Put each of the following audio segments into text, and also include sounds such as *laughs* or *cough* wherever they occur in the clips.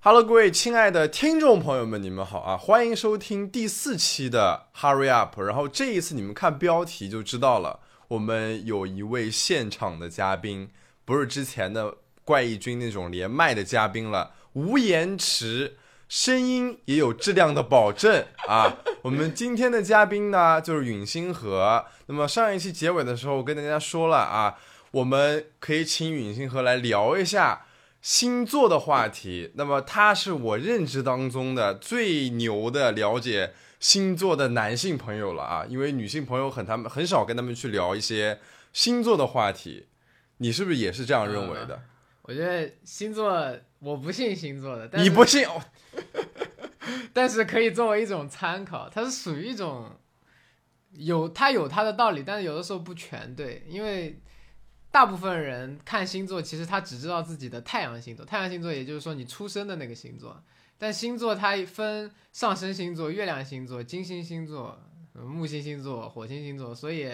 Hello，各位亲爱的听众朋友们，你们好啊！欢迎收听第四期的 Hurry Up。然后这一次你们看标题就知道了，我们有一位现场的嘉宾，不是之前的怪异君那种连麦的嘉宾了，无延迟，声音也有质量的保证啊！我们今天的嘉宾呢，就是允星河。那么上一期结尾的时候，我跟大家说了啊，我们可以请允星河来聊一下。星座的话题，那么他是我认知当中的最牛的了解星座的男性朋友了啊，因为女性朋友很他们很少跟他们去聊一些星座的话题，你是不是也是这样认为啊的？我觉得星座我不信星座的，但你是不信？哦但是可以作为一种参考，它是属于一种有它有它的道理，但是有的时候不全对，因为大部分人看星座，其实他只知道自己的太阳星座，太阳星座也就是说你出生的那个星座，但星座它分上升星座、月亮星座、金星星座、呃木星星座、火星星座，所以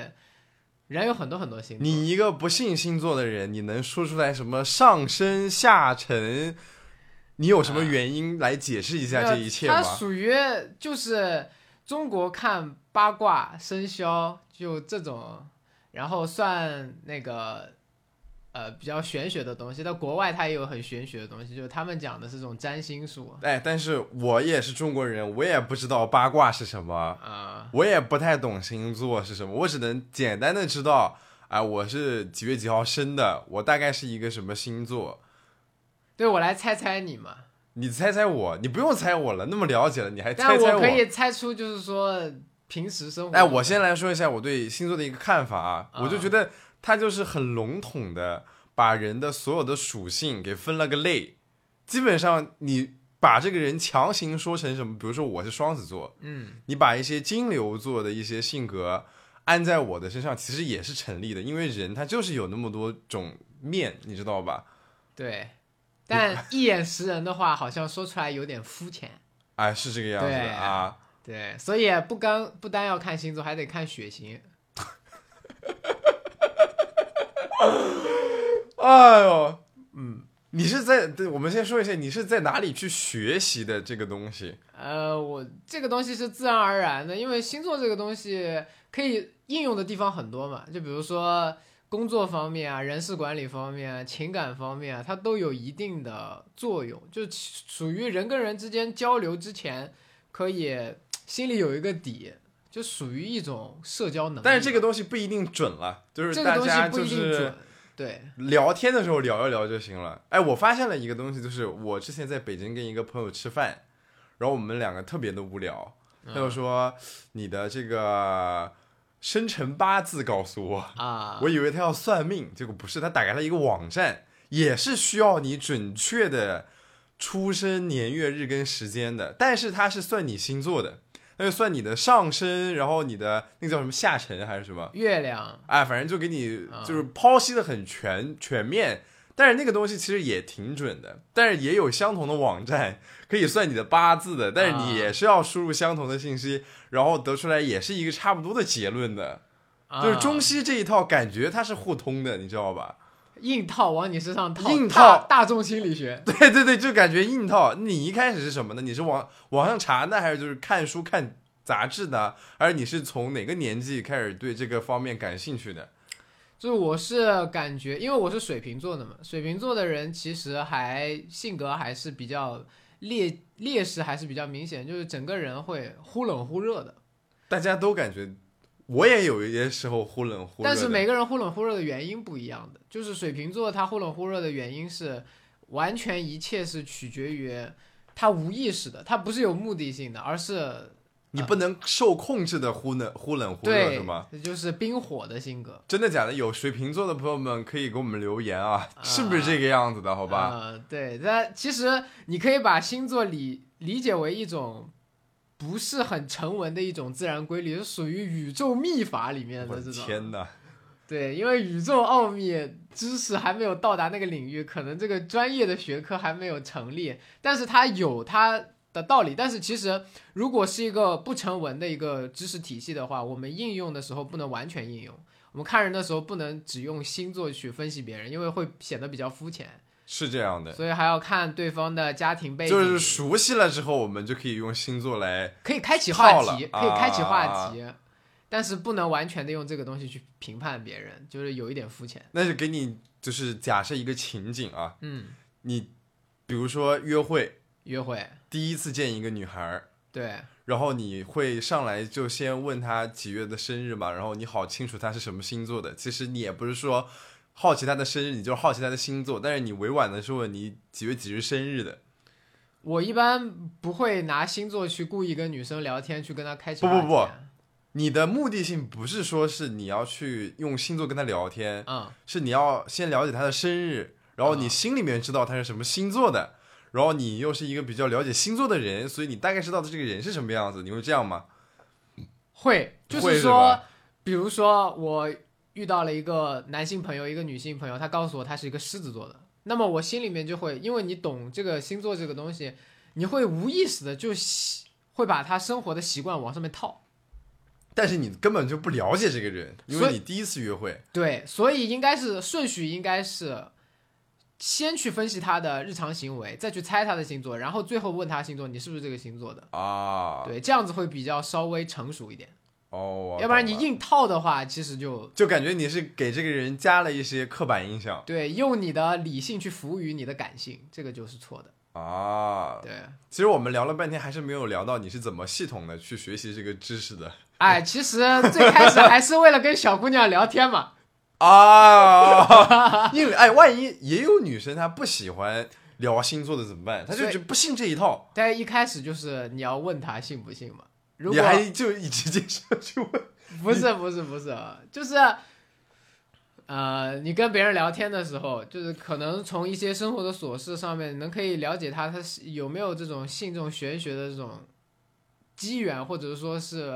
人有很多很多星座。你一个不信星座的人，你能说出来什么上升下沉？你有什么原因来解释一下没有这一切吗？它属于就是中国看八卦、生肖就这种，然后算那个呃比较玄学的东西。但国外它也有很玄学的东西，就是他们讲的是这种占星术哎，但是我也是中国人，我也不知道八卦是什么。啊、我也不太懂星座是什么，我只能简单的知道，啊、我是几月几号生的，我大概是一个什么星座。对我来猜猜你嘛，你猜猜我，你不用猜我了，那么了解了，你还猜但哎猜我可以猜出就是说平时生活。哎，我先来说一下我对星座的一个看法啊，啊我就觉得它就是很笼统的把人的所有的属性给分了个类，基本上你把这个人强行说成什么，比如说我是双子座，嗯你把一些金牛座的一些性格安在我的身上，其实也是成立的，因为人他就是有那么多种面，你知道吧？对， *laughs* 但一眼识人的话，好像说出来有点肤浅。哎，是这个样子对的啊。对，所以不刚不单要看星座，还得看血型。哎呦，嗯，你是在对，我们先说一下，你是在哪里去学习的这个东西？呃，我这个东西是自然而然的，因为星座这个东西可以应用的地方很多嘛，就比如说工作方面啊、人事管理方面啊、情感方面啊，它都有一定的作用，就其属于人跟人之间交流之前，可以心里有一个底，就属于一种社交能力吧。但是这个东西不一定准了，就是这个大东西家不就一定准，是对，聊天的时候聊一聊就行了。哎，我发现了一个东西，就是我之前在北京跟一个朋友吃饭，然后我们两个特别的无聊，他就说你的这个生辰八字告诉我，啊，我以为他要算命，结果不是，他打开了一个网站，也是需要你准确的出生年月日跟时间的，但是它是算你星座的，那就算你的上升，然后你的那个叫什么下沉还是什么。月亮哎，反正就给你啊就是剖析的很全全面。但是那个东西其实也挺准的，但是也有相同的网站可以算你的八字的，但是你啊也是要输入相同的信息，然后得出来也是一个差不多的结论的。就是中啊西这一套，感觉它是互通的，你知道吧？ *laughs* 硬套往你身上套，硬大套大众心理学。对对对，就感觉硬套。你一开始是什么呢？你是网网上查呢，还是就是看书看杂志呢？而你是从哪个年纪开始对这个方面感兴趣的？就是我是感觉，因为我是水瓶座的嘛，水瓶座的人其实还性格还是比较劣劣势还是比较明显，就是整个人会忽冷忽热的。大家都感觉，我也有一些时候忽冷忽热的，但是每个人忽冷忽热的原因不一样的，就是水瓶座他忽冷忽热的原因是完全一切是取决于他无意识的，他不是有目的性的，而是你不能受控制的忽冷忽冷忽热对是吗？，就是冰火的性格。真的假的？有水瓶座的朋友们可以给我们留言啊，是不是这个样子的？好吧，呃对，但其实你可以把星座理理解为一种不是很成文的一种自然规律，是属于宇宙秘法里面我的的这种。天哪！对，因为宇宙奥秘知识还没有到达那个领域，可能这个专业的学科还没有成立，但是它有它的道理。但是其实，如果是一个不成文的一个知识体系的话，我们应用的时候不能完全应用。我们看人的时候不能只用星座去分析别人，因为会显得比较肤浅。是这样的，所以还要看对方的家庭背景，就是熟悉了之后，我们就可以用星座来。可以开启话套了题，可以开启话啊题，但是不能完全的用这个东西去评判别人，就是有一点肤浅。那就给你就是假设一个情景啊，嗯，你比如说约会，约会，第一次见一个女孩儿，对，然后你会上来就先问她几月的生日嘛，然后你好清楚她是什么星座的。其实你也不是说好奇她的生日，你就是好奇她的星座，但是你委婉的说你几月几日生日的。我一般不会拿星座去故意跟女生聊天，去跟她开启不话不题啊不你的目的性不是说是你要去用星座跟她聊天，嗯，是你要先了解她的生日，然后你啊心里面知道她是什么星座的，然后你又是一个比较了解星座的人，所以你大概知道的这个人是什么样子。你会这样吗？会，就会是是说吧，比如说我遇到了一个男性朋友，一个女性朋友，他告诉我他是一个狮子座的，那么我心里面就会，因为你懂这个星座这个东西，你会无意识的就习会把他生活的习惯往上面套。但是你根本就不了解这个人，因所为以你第一次约会。对，所以应该是顺序应该是先去分析他的日常行为，再去猜他的星座，然后最后问他星座你是不是这个星座的。啊，对，这样子会比较稍微成熟一点，哦，我要不然你懂了硬套的话，其实就就感觉你是给这个人加了一些刻板印象对用你的理性去服务于你的感性，这个就是错的。啊。对，其实我们聊了半天，还是没有聊到你是怎么系统的去学习这个知识的哎，其实最开始还是为了跟小姑娘聊天嘛，啊。 *laughs* 因为哎，万一也有女生她不喜欢聊星座的怎么办？她就所以觉得不信这一套，但一开始就是你要问她信不信嘛。如你果还就一直接上去问 *laughs* 不是不是不是，就是，呃，你跟别人聊天的时候，就是可能从一些生活的琐事上面，能可以了解他他是有没有这种信这种玄学的这种机缘，或者是说是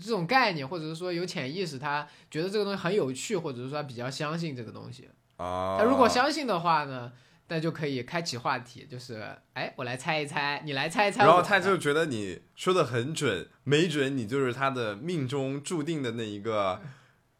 这种概念，或者是说有潜意识，他觉得这个东西很有趣，或者是说他比较相信这个东西。啊他如果相信的话呢，那就可以开启话题，就是哎，我来猜一猜，你来猜一猜我然的。后他就觉得你说的很准，没准你就是他的命中注定的那一个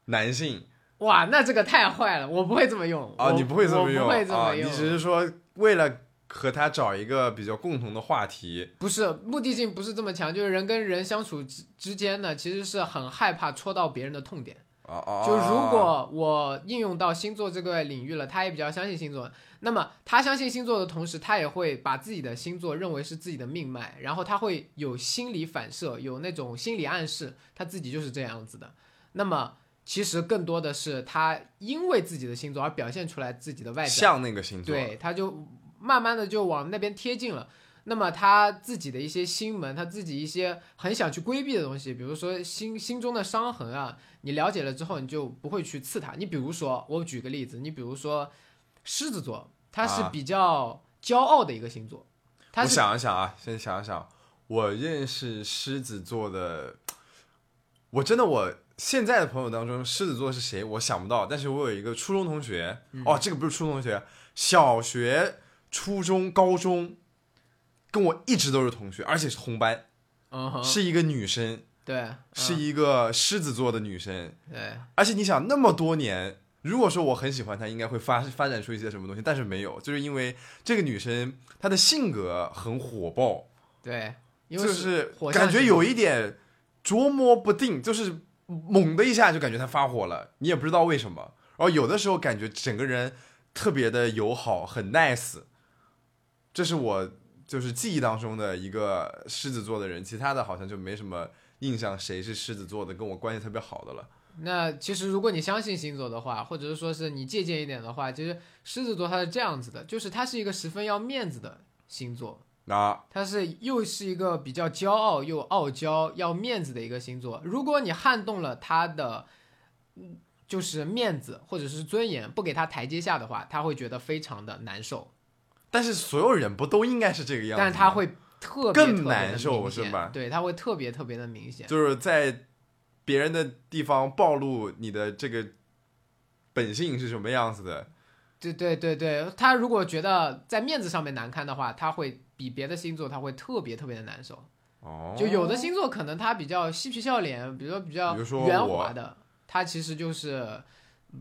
男性。哇，那这个太坏了，我不会这么用啊，我你不会这么用，我不会这啊，么你用，只是说为了和他找一个比较共同的话题不是目的性不是这么强，就是人跟人相处之之间呢，其实是很害怕戳到别人的痛点。啊啊，就如果我应用到星座这个领域了，他也比较相信星座，那么他相信星座的同时，他也会把自己的星座认为是自己的命脉，然后他会有心理反射，有那种心理暗示，他自己就是这样子的。那么其实更多的是他因为自己的星座而表现出来自己的外在。像那个星座，对，他就慢慢的就往那边贴近了。那么他自己的一些心门，他自己一些很想去规避的东西，比如说心心中的伤痕啊，你了解了之后，你就不会去刺它。你比如说，我举个例子，你比如说狮子座，它是啊比较骄傲的一个星座，它我是想一想啊，先想一想，我认识狮子座的，我真的我现在的朋友当中，狮子座是谁我想不到，但是我有一个初中同学，嗯哦，这个不是初中同学，小学、初中、高中，跟我一直都是同学，而且是同班，嗯哼，是一个女生，对，是嗯一个狮子座的女生。对，而且你想，那么多年，如果说我很喜欢她，应该会发发展出一些什么东西，但是没有，就是因为这个女生她的性格很火爆，对，因为就是是火象感觉星座有一点捉摸不定，就是猛的一下就感觉她发火了，你也不知道为什么。然后有的时候感觉整个人特别的友好，很 nice，这是我就是记忆当中的一个狮子座的人，其他的好像就没什么印象，谁是狮子座的跟我关系特别好的了。那其实，如果你相信星座的话，或者是说是你借鉴一点的话，其实狮子座它是这样子的，就是它是一个十分要面子的星座，那它是又是一个比较骄傲又傲娇要面子的一个星座。如果你撼动了他的，嗯就是面子或者是尊严，不给他台阶下的话，他会觉得非常的难受，但是所有人不都应该是这个样子吗？但是他会特别更特别地难受明是显吧对，他会特别特别的明显。就是在别人的地方暴露你的这个本性是什么样子的对对对对，他如果觉得在面子上面难堪的话，他会比别的星座他会特别特别的难受。哦。就有的星座可能他比较嬉皮笑脸，比如说比较比如说圆我滑的，他其实就是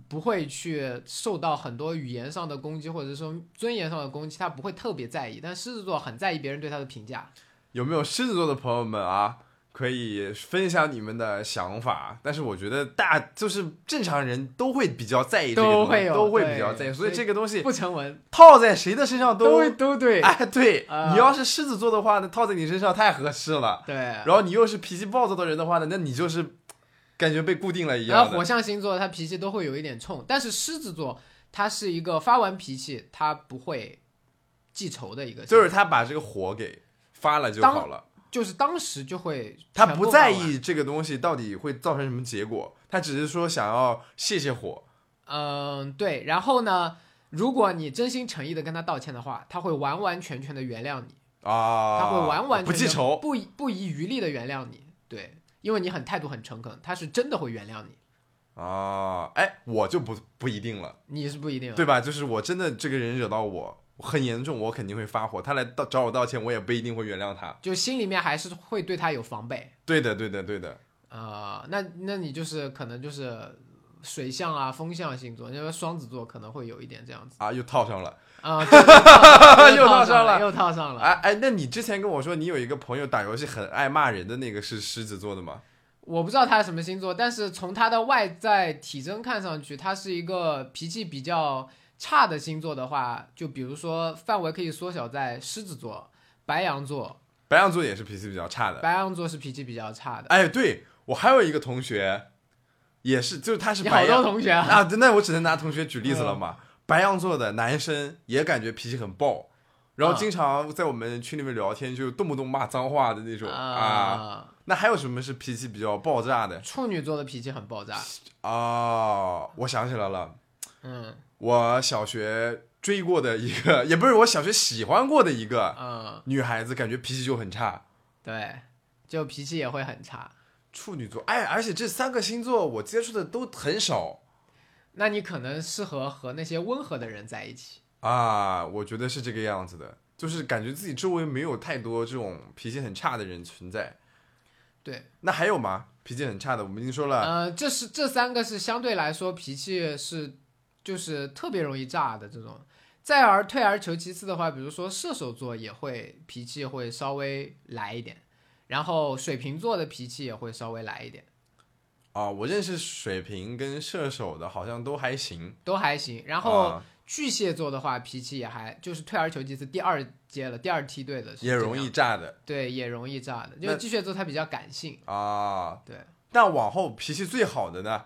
不会去受到很多语言上的攻击，或者说尊严上的攻击，他不会特别在意。但狮子座很在意别人对他的评价。有没有狮子座的朋友们啊？可以分享你们的想法，但是我觉得大就是正常人都会比较在意这个东西，都会有都会对比较在意，所以所以这个东西不成文套在谁的身上都都都对， *laughs* 哎，对、啊你要是狮子座的话呢，套在你身上太合适了。对。然后你又是脾气暴躁的人的话呢，那你就是感觉被固定了一然样后的。火象星座他脾气都会有一点冲，但是狮子座他是一个发完脾气他不会记仇的一个星座，就是他把这个火给发了就当好了，就是当时就会他全不部在骂完，意这个东西到底会造成什么结果，他只是说想要泄泄火。嗯，对。然后呢，如果你真心诚意的跟他道歉的话，他会完完全全的原谅你，啊，他会完完全全不记仇不遗不遗余力的原谅你，对，因为你很态度很诚恳，他是真的会原谅你，啊！哎，我就不不一定了，你是不一定的，对吧？就是我真的这个人惹到我很严重，我肯定会发火。他来道找我道歉，我也不一定会原谅他。就心里面还是会对他有防备。对的，对的，对的。啊，那那你就是可能就是水象啊、风象星座，因为双子座可能会有一点这样子啊，又套上了。啊，对 *laughs* 对又又套套上上了又套上了。哎哎，那你之前跟我说你有一个朋友打游戏很爱骂人的那个是狮子座的吗？我不知道他是什么星座，但是从他的外在体征看上去，他是一个脾气比较差的星座的话，就比如说范围可以缩小在狮子座、白羊座，白羊座也是脾气比较差的。白羊座是脾气比较差的。哎，对我还有一个同学，也是，就是他是你好白羊多同学啊，嗯啊，对那我只能拿同学举例子了嘛。白羊座的男生也感觉脾气很暴，然后啊经常在我们群里面聊天，就动不动骂脏话的那种 *laughs* 啊。啊，那还有什么是脾气比较爆炸的处女座的脾气很爆炸，啊？我想起来了，嗯我小学追过的一个，也不是我小学喜欢过的一个嗯，女孩子，感觉脾气就很差。对，就脾气也会很差。处女座，哎，而且这三个星座我接触的都很少那你可能适合和那些温和的人在一起。啊，我觉得是这个样子的，就是感觉自己周围没有太多这种脾气很差的人存在。对，那还有吗？脾气很差的，我们已经说了，呃，这是这三个是相对来说脾气是就是特别容易炸的这种。再而退而求其次的话，比如说射手座也会脾气会稍微来一点，然后水瓶座的脾气也会稍微来一点，啊，我认识水瓶跟射手的，好像都还行。都还行。然后啊巨蟹座的话，脾气也还就是退而求其次，第二阶了，第二梯队的是也这容易样炸的对，也容易炸的，因那为巨蟹座他比较感性，啊。对。但往后脾气最好的呢？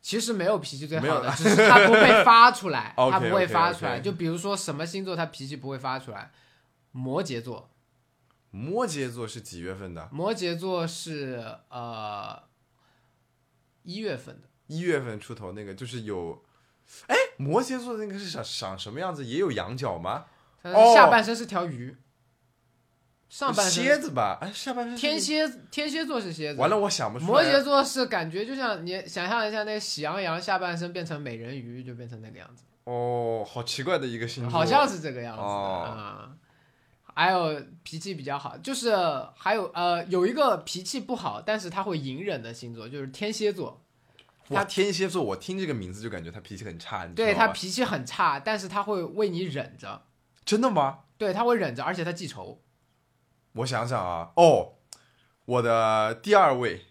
其实没有脾气最没有，好的， *laughs* 只是他不会发出来 OK， *laughs* 他不会发出 OK，OK 来。就比如说什么星座他脾气不会发出来，摩羯座，摩羯座是几月份的？摩羯座是呃一月份的，一月份出头那个，就是有，哎，摩羯座那个是长长什么样子？也有羊角吗？他哦下半身是条鱼，上半蝎身子吧？哎，下半身是天蝎天蝎座是蝎子，完了，我想不出来。摩羯座是感觉就像你想象一下那个喜羊羊下半身变成美人鱼就变成那个样子，哦，好奇怪的一个星座，好像是这个样子的哦啊、还有脾气比较好，就是还有呃，有一个脾气不好，但是他会隐忍的星座，就是天蝎座。他天蝎座，我听这个名字就感觉他脾气很差，你知道对吗他脾气很差，但是他会为你忍着，真的吗？对他会忍着，而且他记仇我想想啊，哦，我的第二位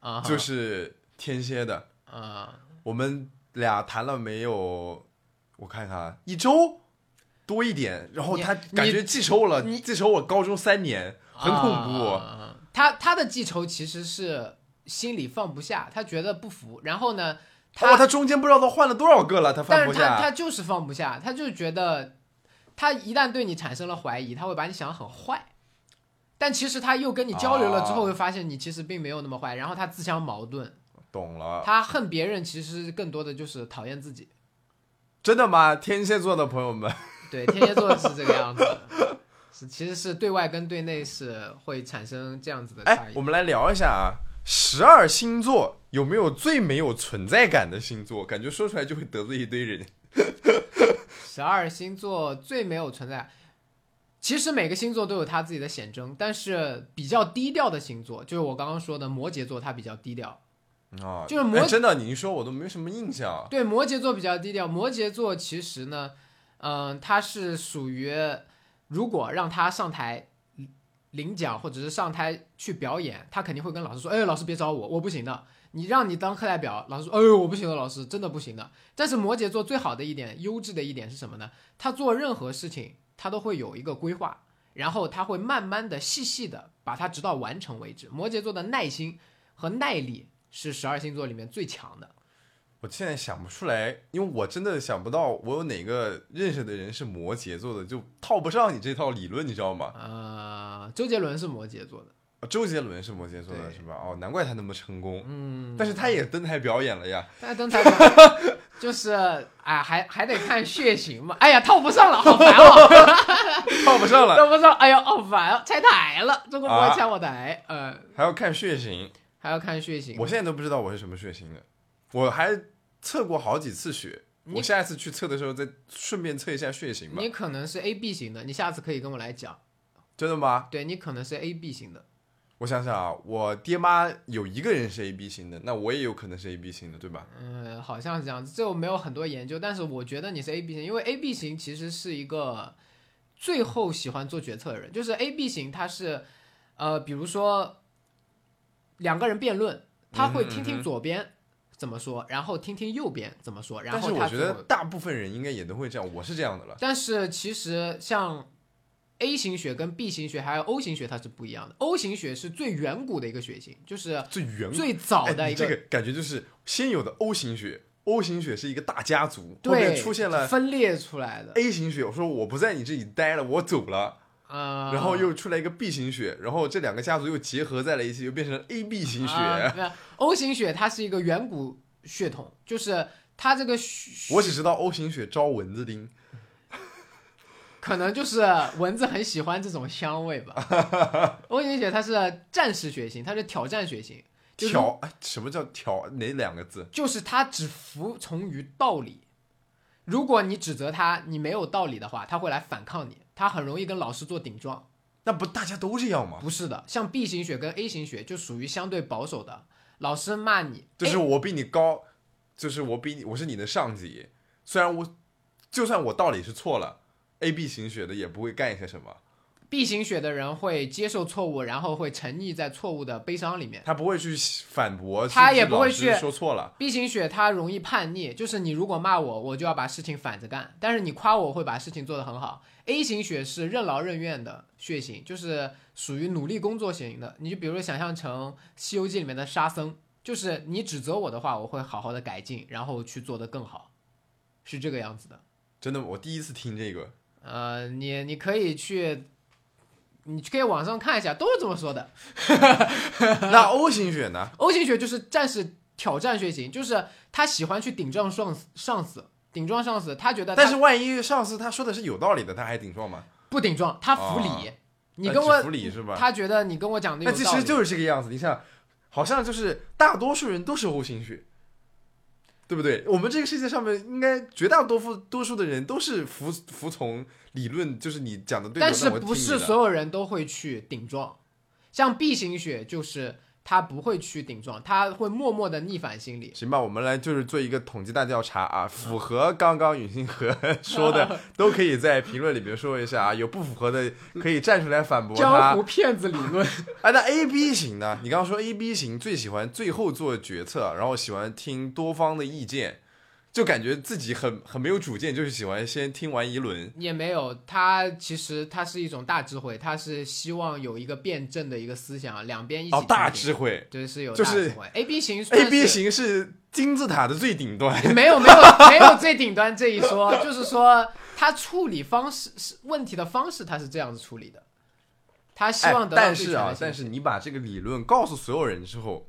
啊，就是天蝎的，啊、我们俩谈了没有？我看看啊，一周多一点，然后你他感觉记仇我了，你记仇我高中三年，很恐怖。哦啊他他的记仇其实是心里放不下，他觉得不服，然后呢，哇，他中间不知道都换了多少个了，他放但不是他下。他就是放不下，他就觉得他一旦对你产生了怀疑，他会把你想得很坏。但其实他又跟你交流了之后，哦会发现你其实并没有那么坏，然后他自相矛盾，懂了，他恨别人其实更多的就是讨厌自己。真的吗？天蝎座的朋友们，对，天蝎座是这个样子的，是其实是对外跟对内是会产生这样子的差哎，异我。们来聊一下啊，十二星座有没有最没有存在感的星座？感觉说出来就会得罪一堆人。十二星座最没有存在。其实每个星座都有它自己的显征，但是比较低调的星座，就是我刚刚说的摩羯座，它比较低调，啊，就是摩哎真的，你一说我都没什么印象。啊对，摩羯座比较低调。摩羯座其实呢，嗯、它是属于如果让他上台领奖或者是上台去表演，他肯定会跟老师说：“哎，老师别找我，我不行的。”你让你当课代表，老师说：“哎呦，我不行的，老师真的不行的。”但是摩羯座最好的一点、优质的一点是什么呢？他做任何事情，他都会有一个规划，然后他会慢慢的、细细的把它直到完成为止。摩羯座的耐心和耐力是十二星座里面最强的。我现在想不出来，因为我真的想不到我有哪个认识的人是摩羯座的，就套不上你这套理论，你知道吗？呃，周杰伦是摩羯座的，周杰伦是摩羯座的对是吧？哦，难怪他那么成功。嗯，但是他也登台表演了呀。但登台表就是哎，还还得看血型嘛。哎呀，套不上了，好烦哦，套不上 *laughs* 了，套不上，哎呀，好烦哦，拆台了，中国不会拆我台，呃，还要看血型。还要看血型。我现在都不知道我是什么血型的，我还测过好几次血。我下一次去测的时候再顺便测一下血型吧你。可能是 A B 型的，你下次可以跟我来讲。真的吗？对你可能是 A B 型的，我想想啊，我爹妈有一个人是 A B 型的，那我也有可能是 A B 型的，对吧？嗯，好像是这样子。这我没有很多研究，但是我觉得你是 A B 型，因为 A B 型其实是一个最后喜欢做决策的人，就是 A B 型他是，呃，比如说两个人辩论，他会嗯听哼嗯听哼左边怎么说，然后听听右边怎么说，然但后是我他觉最得后大部分人应该也都会这样，我是这样的了。但是其实像 A 型血跟 B 型血还有 O 型血它是不一样的，O 型血是最远古的一个血型，就是最远最早哎的你一个这个感觉就是先有的 O 型血，O 型血是一个大家族，后对面出现了分裂出来的， A 型血，我说我不在你这里待了，我走了，啊，然后又出来一个 B 型血，然后这两个家族又结合在了一起，又变成 A B 型血。 *laughs* 啊没有 O 型血它是一个远古血统，就是它这个血我只知道 O 型血招蚊子叮，可能就是蚊子很喜欢这种香味吧。*laughs* O 型血它是战士血型，它是挑战血型，就是挑哎，什么叫挑？哪两个字？就是它只服从于道理。如果你指责他，你没有道理的话，他会来反抗你，他很容易跟老师做顶撞。那不大家都这样吗？不是的，像 B 型血跟 A 型血就属于相对保守的，老师骂你，就是我比你高，就是我比你，我是你的上级。虽然我，就算我道理是错了，A B 型血的也不会干一些什么， B 型血的人会接受错误，然后会沉溺在错误的悲伤里面。他不会去反驳，他是是也不会老师去说错了。 B 型血他容易叛逆，就是你如果骂我，我就要把事情反着干；但是你夸我，我会把事情做得很好。A 型血是任劳任怨的血型，就是属于努力工作型的。你就比如想象成《西游记》里面的沙僧，就是你指责我的话，我会好好的改进，然后去做得更好，是这个样子的。真的，我第一次听这 *laughs* 个，呃，你你可以去，你可以网上看一下，都是这么说的。那 O 型血呢？ O 型血就是战士挑战血型，就是他喜欢去顶撞上司，上司顶撞上司，他觉得他但是万一上司他说的是有道理的，他还顶撞吗？不顶撞，他服理。啊你呃跟只我服，理是吧？他觉得你跟我讲的有那道其理。实就是这个样子。你想，好像就是大多数人都是 O 型血，对不对？我们这个世界上面应该绝大多数多数的人都是服服从理论，就是你讲的对的，但是那我听不是你的所有人都会去顶撞，像 B 型血就是他不会去顶撞，他会默默的逆反心理。行吧？我们来就是做一个统计大调查啊，符合刚刚允星河 *laughs* 说 *laughs* 的，都可以在评论里面说一下啊，有不符合的可以站出来反驳 *laughs* 江他湖。骗子理论， *laughs* 哎，那 A B 型呢？你刚刚说 A B 型最喜欢最后做决策，然后喜欢听多方的意见，就感觉自己很很没有主见，就是喜欢先听完一轮。也没有，他其实他是一种大智慧，他是希望有一个辩证的一个思想，两边一起哦，大进行智慧对，是有就大是智慧 A B 型算，A 是 B 型是金字塔的最顶端。 *laughs* 哎没有没有没有最顶端这一说， *laughs* 就是说他处理方式是问题的方式，他是这样子处理的，他希望哎得到但是最全的啊，信但息是你把这个理论告诉所有人之后，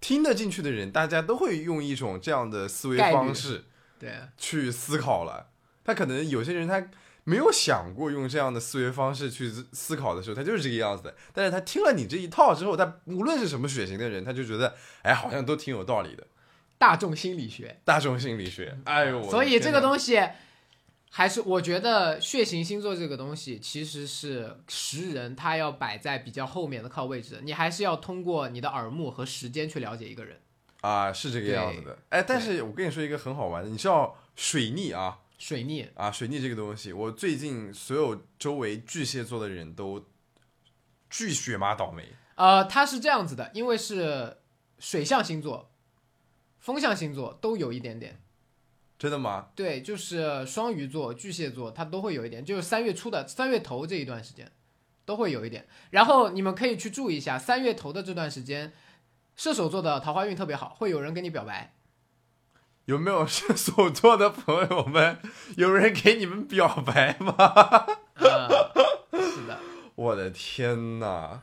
听得进去的人，大家都会用一种这样的思维概率方式对去思考了。他可能有些人他没有想过用这样的思维方式去思思考的时候，他就是这个样子的。但是他听了你这一套之后，他无论是什么血型的人，他就觉得，哎，好像都挺有道理的。大众心理学，大众心理学，哎呦，我的所以这天个哪东西还是我觉得血型星座这个东西其实是识人，他要摆在比较后面的靠位置，你还是要通过你的耳目和时间去了解一个人。啊，是这个样子的。哎，但是我跟你说一个很好玩的，你知道水逆啊水逆，啊，水逆这个东西，我最近所有周围巨蟹座的人都巨血妈倒霉呃，它是这样子的，因为是水象星座、风象星座都有一点点。真的吗？对，就是双鱼座、巨蟹座，它都会有一点，就是三月初的三月头这一段时间，都会有一点。然后你们可以去注意一下，三月头的这段时间，射手座的桃花运特别好，会有人跟你表白。有没有射手座的朋友们，有人给你们表白吗？ *laughs* 嗯，是的，我的天呐，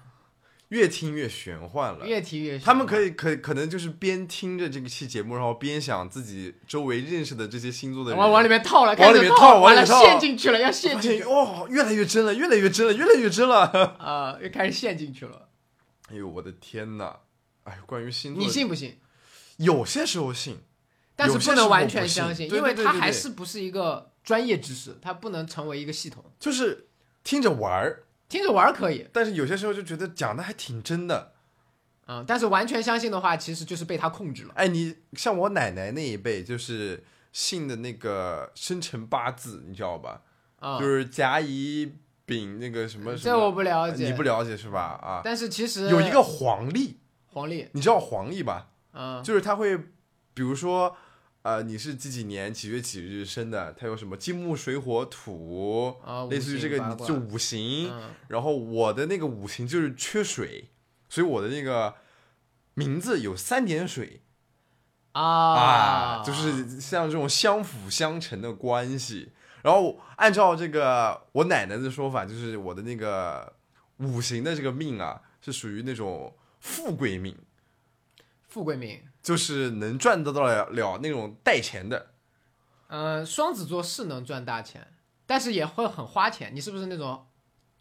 越听越玄幻了。越提越他们可以以可可能就是边听着这个期节目，然后边想自己周围认识的这些星座的人，往往里面套了，往里开始面套往完里了面套陷进去了，要陷发进现去哦，越来越真了，越来越真了，越来越真了。啊、又开始陷进去了。哎呦，我的天呐！哎，关于星座，你信不信？有些时候信，但是有些不能时完候全不信相信，对因为对对它对还对是不是一个专业知识，它不能成为一个系统。就是听着玩儿，听着玩儿可以，但是有些时候就觉得讲的还挺真的。嗯，但是完全相信的话，其实就是被他控制了。哎，你像我奶奶那一辈，就是信的那个生辰八字，你知道吧？啊、就是甲乙丙那个什么什这我么，不了解，你不了解是吧？啊，但是其实有一个黄历，黄历，你知道黄历吧？嗯就是他会，比如说，呃，你是几几年几月几日生的，他有什么金木水火土，啊，五类似于这个行八你卦就五行。嗯然后我的那个五行就是缺水，所以我的那个名字有三点水啊啊，就是像这种相辅相成的关系。然后按照这个我奶奶的说法，就是我的那个五行的这个命啊，是属于那种富贵命。富贵命。就是能赚得到了了那种带钱的，嗯、双子座是能赚大钱，但是也会很花钱。你是不是那种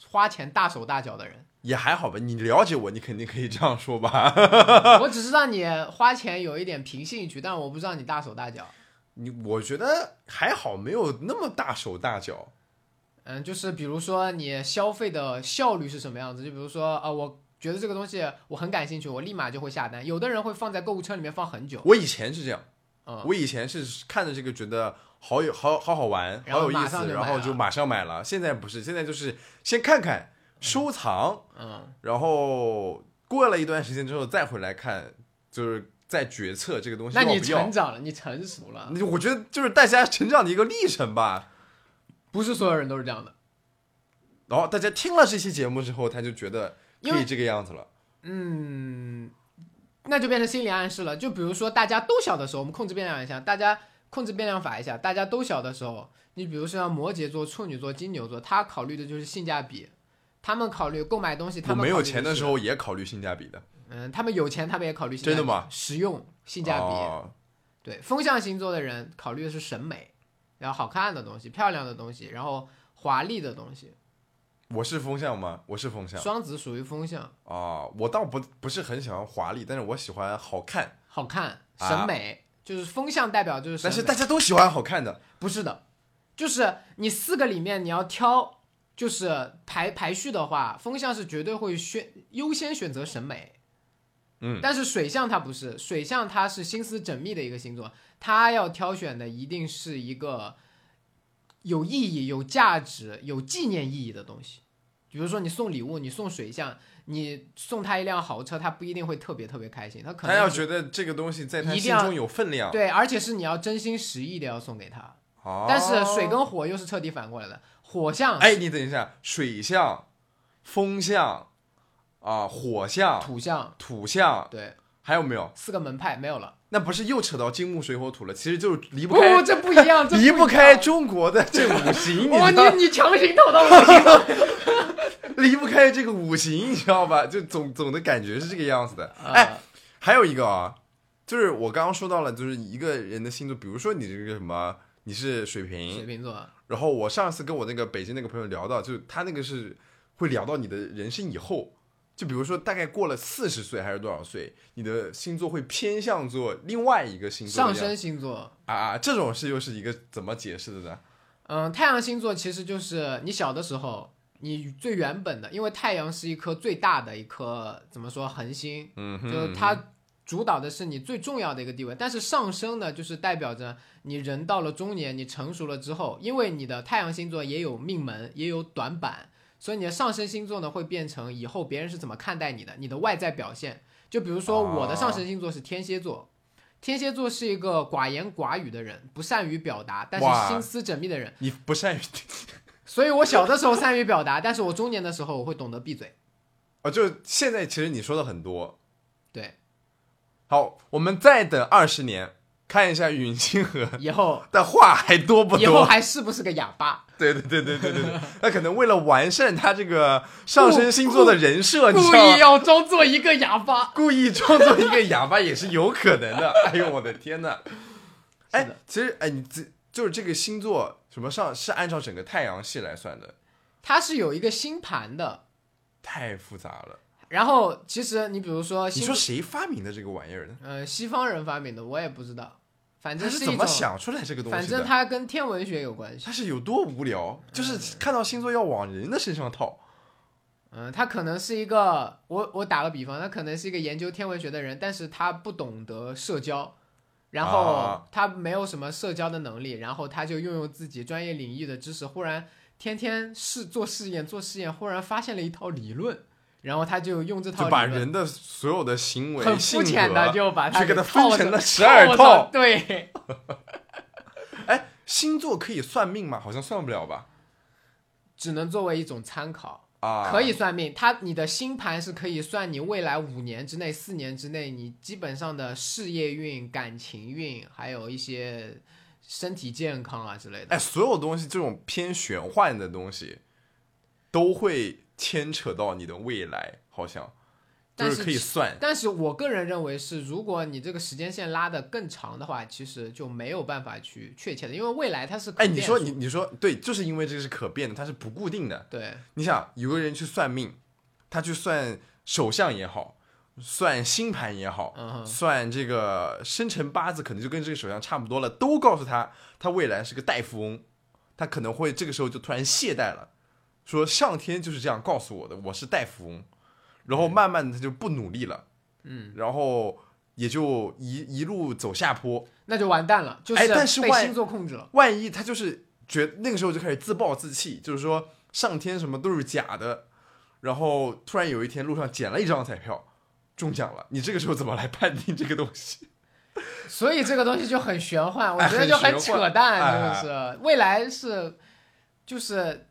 花钱大手大脚 *laughs* 的人？也还好吧。你了解我，你肯定可以这样说吧。我只是让你花钱有一点凭兴趣，但我不让你大手大脚。你我觉得还好，没有那么大手大脚。嗯，就是比如说你消费的效率是什么样子？就比如说啊、我觉得这个东西我很感兴趣，我立马就会下单。有的人会放在购物车里面放很久，我以前是这样，嗯，我以前是看着这个觉得好有好好好玩，然后好有意马上思，就买然后就了马上买了。现在不是，现在就是先看看收藏，嗯，然后过了一段时间之后再回来看，就是再决策这个东西那要你不成要。嗯长了，你成熟了，那我觉得就是大家成长的一个历程吧。不是所有人都是这样的。然后大家听了这期节目之后，他就觉得因可为以这个样子了。嗯，那就变成心理暗示了。就比如说大家都小的时候，我们控制变量一下，大家控制变量法一下，大家都小的时候，你比如说像摩羯座、处女座、金牛座，他考虑的就是性价比，他们考虑购买东西，他我们没考有虑钱的是时候也考虑性价比的，嗯，他们有钱，他们也考虑性价真比的吗？实用、性价比，哦对。风象星座的人考虑的是审美，然后好看的东西、漂亮的东西，然后华丽的东西。我是风向吗？我是风向啊、双子属于风象，哦我倒不不是很喜欢华丽，但是我喜欢好看。好看、啊审美，就是风象代表就是审但美。是大家都喜欢好看的，不是的，就是你四个里面你要挑，就是排排序的话，风象是绝对会选优先选择审美。嗯但是水象它不是，水象它是心思缜密的一个星座，它要挑选的一定是一个有意义、有价值、有纪念意义的东西。比如说你送礼物，你送水象，你送他一辆豪车，他不一定会特别特别开心，他可他能要只觉得这个东西在他一定心要中有分量。对，而且是你要真心实意的要送给他。啊哦但是水跟火又是彻底反过来的，火象哎，你等一下，水象、风象啊、火象、土象，土象，对，还有没有？四个门派没有了。那不是又扯到金木水火土了？其实就是离不不开，这不一样，这离不不一开样。中国的这五行，你哇，知道吗你你强行套到我心上离不开这个五行，你知道吧？就总总的感觉是这个样子的。 *laughs* 哎，啊还有一个啊，就是我刚刚说到了，就是一个人的星座，比如说你这个什么，你是水水瓶，瓶座，然后我上次跟我那个北京那个朋友聊到，就是他那个是会聊到你的人生以后，就比如说大概过了四十岁还是多少岁，你的星座会偏向做另外一个星座的上样升星座，啊啊，这种事又是一个怎么解释的呢？嗯，太阳星座其实就是你小的时候，你最原本的，因为太阳是一颗最大的一颗怎么说恒星，嗯哼，就是它主导的是你最重要的一个地位，但是上升呢，就是代表着你人到了中年，你成熟了之后，因为你的太阳星座也有命门，也有短板，所以你的上升星座呢会变成以后别人是怎么看待你的，你的外在表现。就比如说我的上哦升星座是天蝎座，天蝎座是一个寡言寡语的人，不善于表达，但哇是心思缜密的人。你不善于 *laughs* 所以我小的时候善于表达，但是我中年的时候我会懂得闭嘴。啊，就现在其实你说的很多。对，好，我们再等二十年，看一下允星河以后的话还多 *laughs* 不以后多？还是不是个哑巴？ *laughs* 对对对对对对对，那可能为了完善他这个上升星座的人 *laughs* 设，你故知道吗意？要装作一个哑巴。故意装作一个哑巴也是有可能的。 *laughs* 哎呦，我的天呐！是哎的，其实哎，你这就是这个星座什么上是按照整个太阳系来算的，它是有一个星盘的。太复杂了。然后其实你比如说你星，说谁发明的这个玩意儿呢？呃西方人发明的，我也不知道，反他正是一怎么种，想出来这个东反西正的？它跟天文学有关系。他是有多无聊？就是看到星座要往人的身上套。嗯，他可能是一个，我我打个比方，他可能是一个研究天文学的人，但是他不懂得社交，然后啊他没有什么社交的能力，然后他就运用自己专业领域的知识，忽然天天试做试验做试验，忽然发现了一套理论，然后他就用这套就理把论人的所有的行为、嗯很性肤格，浅的就把它去给它套分上成了套12上套对，哎，星座可以算命吗？好像算不了吧？只能作为一种参考。啊，可以算命，它你的星盘是可以算你未来五年之内、四年之内你基本上的事业运、感情运，还有一些身体健康啊之类的。哎，所有东西这种偏玄幻的东西，都会牵扯到你的未来，好像就但可以是算但是我个人认为是，如果你这个时间线拉得更长的话，其实就没有办法去确切的，因为未来它是可哎，你变说数你你说对，就是因为这个是可变的，它是不固定的。对你想有个人去算命，他去算手相也好，算星盘也好，嗯哼算这个生辰八字，可能就跟这个手相差不多了，都告诉他他未来是个大富翁，他可能会这个时候就突然懈怠了，说上天就是这样告诉我的，我是大富翁，然后慢慢的他就不努力了，嗯，然后也就一一路走下坡，那就完蛋了，就哎但是被万星座控制了。万一他就是觉那个时候就开始自暴自弃，就是说上天什么都是假的，然后突然有一天路上捡了一张彩票中奖了，你这个时候怎么来判定这个东西？所以这个东西就很玄 *laughs* 幻，我哎觉得很就很玄幻扯淡，哎就是未来是，就是，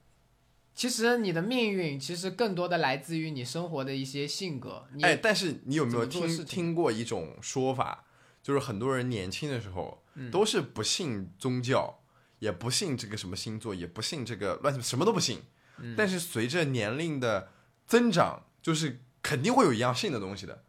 其实你的命运其实更多的来自于你生活的一些性格，你、哎，但是你有没有怎么做事听情听过一种说法，就是很多人年轻的时候嗯都是不信宗教，也不信这个什么星座，也不信这个乱什么都不信，嗯但是随着年龄的增长，就是肯定会有一样信的东西的，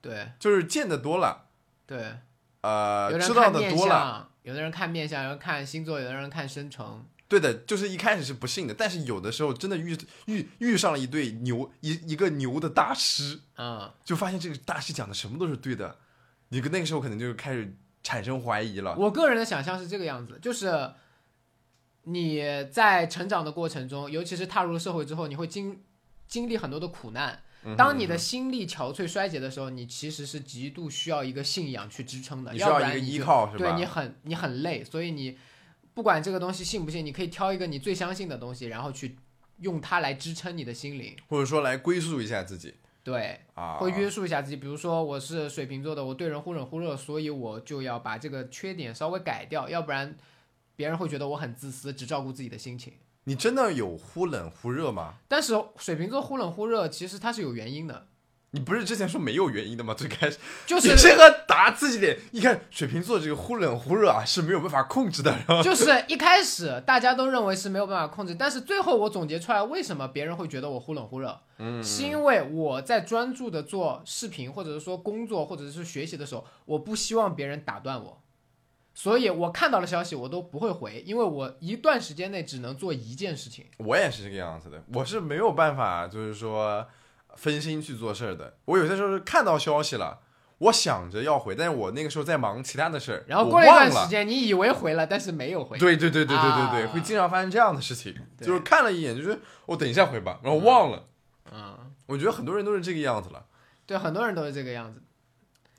对就是见得多了。对，呃有，的知人道看的面多了，相，有的人看面相，有的人看星座，有的人看生辰，对的，就是一开始是不信的，但是有的时候真的遇遇遇上了一对牛一一个牛的大师，嗯，就发现这个大师讲的什么都是对的，你那个时候可能就开始产生怀疑了。我个人的想象是这个样子，就是你在成长的过程中，尤其是踏入社会之后，你会经经历很多的苦难。嗯当你的心力憔悴衰竭的时候，你其实是极度需要一个信仰去支撑的，你需要要一不然个你依就靠是对吧你？很你很累，所以你不管这个东西信不信，你可以挑一个你最相信的东西，然后去用它来支撑你的心灵。或者说来归宿一下自己对，啊，会约束一下自己。比如说我是水瓶座的，我对人忽冷忽热，所以我就要把这个缺点稍微改掉，要不然别人会觉得我很自私，只照顾自己的心情。你真的有忽冷忽热吗？但是水瓶座忽冷忽热，其实它是有原因的，你不是之前说没有原因的吗？ *laughs* 最开始就 *laughs* 你是这个打自己脸，一看水瓶座这个忽冷忽热啊是没有办法控制的， *laughs* 然后就是一开始大家都认为是没有办法控制，但是最后我总结出来，为什么别人会觉得我忽冷忽热，嗯，是因为我在专注的做视频，或者是说工作，或者是学习的时候，我不希望别人打断我，所以我看到了消息我都不会回，因为我一段时间内只能做一件事情。我也是这个样子的，我是没有办法，就是说分心去做事儿的。我有些时候是看到消息了，我想着要回，但是我那个时候在忙其他的事儿，然后我过了一段忘时间，你以为回了，但是没有回。对对对对对对对，啊会经常发生这样的事情，对就是看了一眼，就是我等一下回吧，然后忘了。嗯，我觉得很多人都是这个样子了。对，很多人都是这个样子。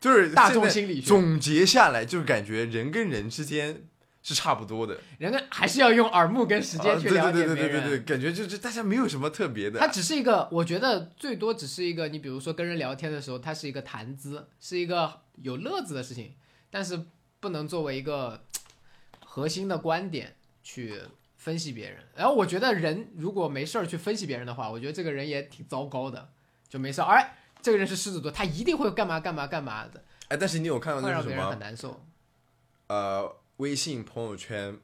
就是大现众在心理学总结下来，就是感觉人跟人之间是差不多的，人家还是要用耳目跟时啊，间去对了对解对别人。对对对对，感觉就是大家没有什么特别它的，只是一个，我觉得最多只是一个，你比如说跟人聊天的时候，它是一个谈资，是一个有乐子的事情，但是不能作为一个嘖核心的观点去分析别人。然后我觉得人如果没事儿去分析别人的话，我觉得这个人也挺糟糕的，就没事儿，哎，这个人是狮子座，他一定会干嘛干嘛干嘛的，哎，但是你有看到会那让是别什人么很？难受。呃，微信朋友圈，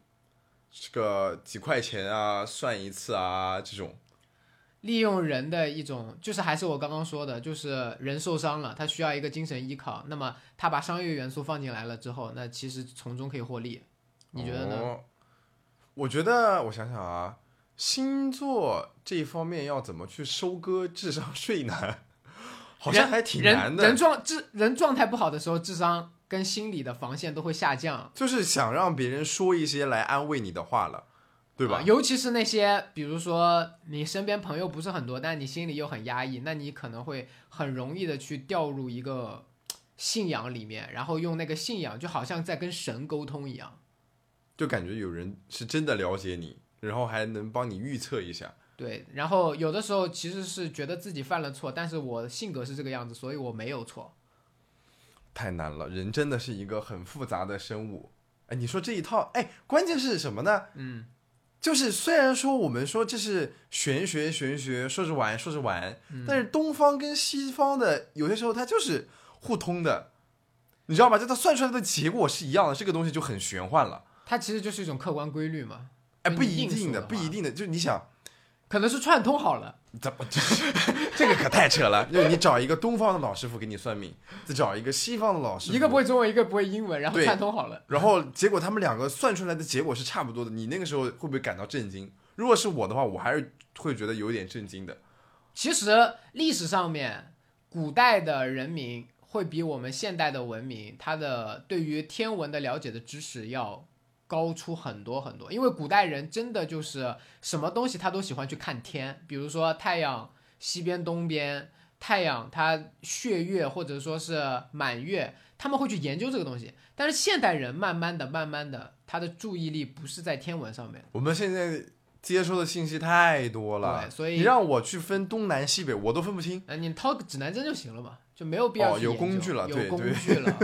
这个几块钱啊，算一次啊，这种，利用人的一种，就是还是我刚刚说的，就是人受伤了，他需要一个精神依靠。那么他把商业元素放进来了之后，那其实从中可以获利。你觉得呢？哦我觉得，我想想啊，星座这一方面要怎么去收割智商 *laughs* 税呢？好像人还挺人难人的，状智人状态不好的时候，智商跟心理的防线都会下降，就是想让别人说一些来安慰你的话了，对吧啊？尤其是那些，比如说你身边朋友不是很多，但你心里又很压抑，那你可能会很容易的去掉入一个信仰里面，然后用那个信仰就好像在跟神沟通一样。就感觉有人是真的了解你，然后还能帮你预测一下。对，然后有的时候其实是觉得自己犯了错，但是我性格是这个样子，所以我没有错。太难了，人真的是一个很复杂的生物。哎，你说这一套，哎，关键是什么呢？嗯，就是虽然说我们说这是玄学，玄学说着玩说着玩，嗯但是东方跟西方的有些时候它就是互通的，你知道吗？就它算出来的结果是一样的，这个东西就很玄幻了。它其实就是一种客观规律嘛，哎，就不你一硬定说的，的不话一定的，就是你想可能是串通好了。怎么，这个可太扯了。就是你找一个东方的老师傅给你算命，再找一个西方的老师傅，一个不会中文，一个不会英文，然后对串通好了。然后结果他们两个算出来的结果是差不多的，你那个时候会不会感到震惊？如果是我的话，我还是会觉得有点震惊的。其实历史上面，古代的人民会比我们现代的文明，他的对于天文的了解的知识要高出很多很多。因为古代人真的就是什么东西他都喜欢去看天，比如说太阳西边、东边，太阳它血月或者说是满月，他们会去研究这个东西。但是现代人慢慢的、慢慢的，他的注意力不是在天文上面，我们现在接收的信息太多了，对所以你让我去分东南西北，我都分不清。呃，你掏个指南针就行了嘛，就没有必要哦去有研究工具了对有工对具了。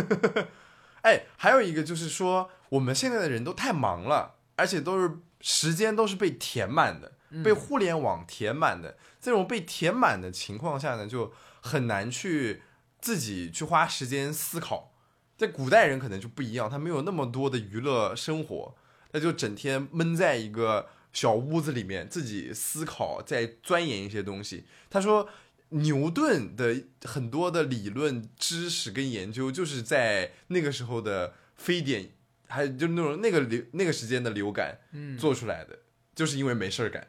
哎，还有一个就是说，我们现在的人都太忙了，而且都是时间都是被填满的，被互联网填满的。这种被填满的情况下呢，就很难去自己去花时间思考。在古代人可能就不一样，他没有那么多的娱乐生活，那就整天闷在一个小屋子里面，自己思考，在钻研一些东西。他说，牛顿的很多的理论知识跟研究，就是在那个时候的非典，还有就那种那个流那个时间的流感嗯，做出来的，就是因为没事儿干。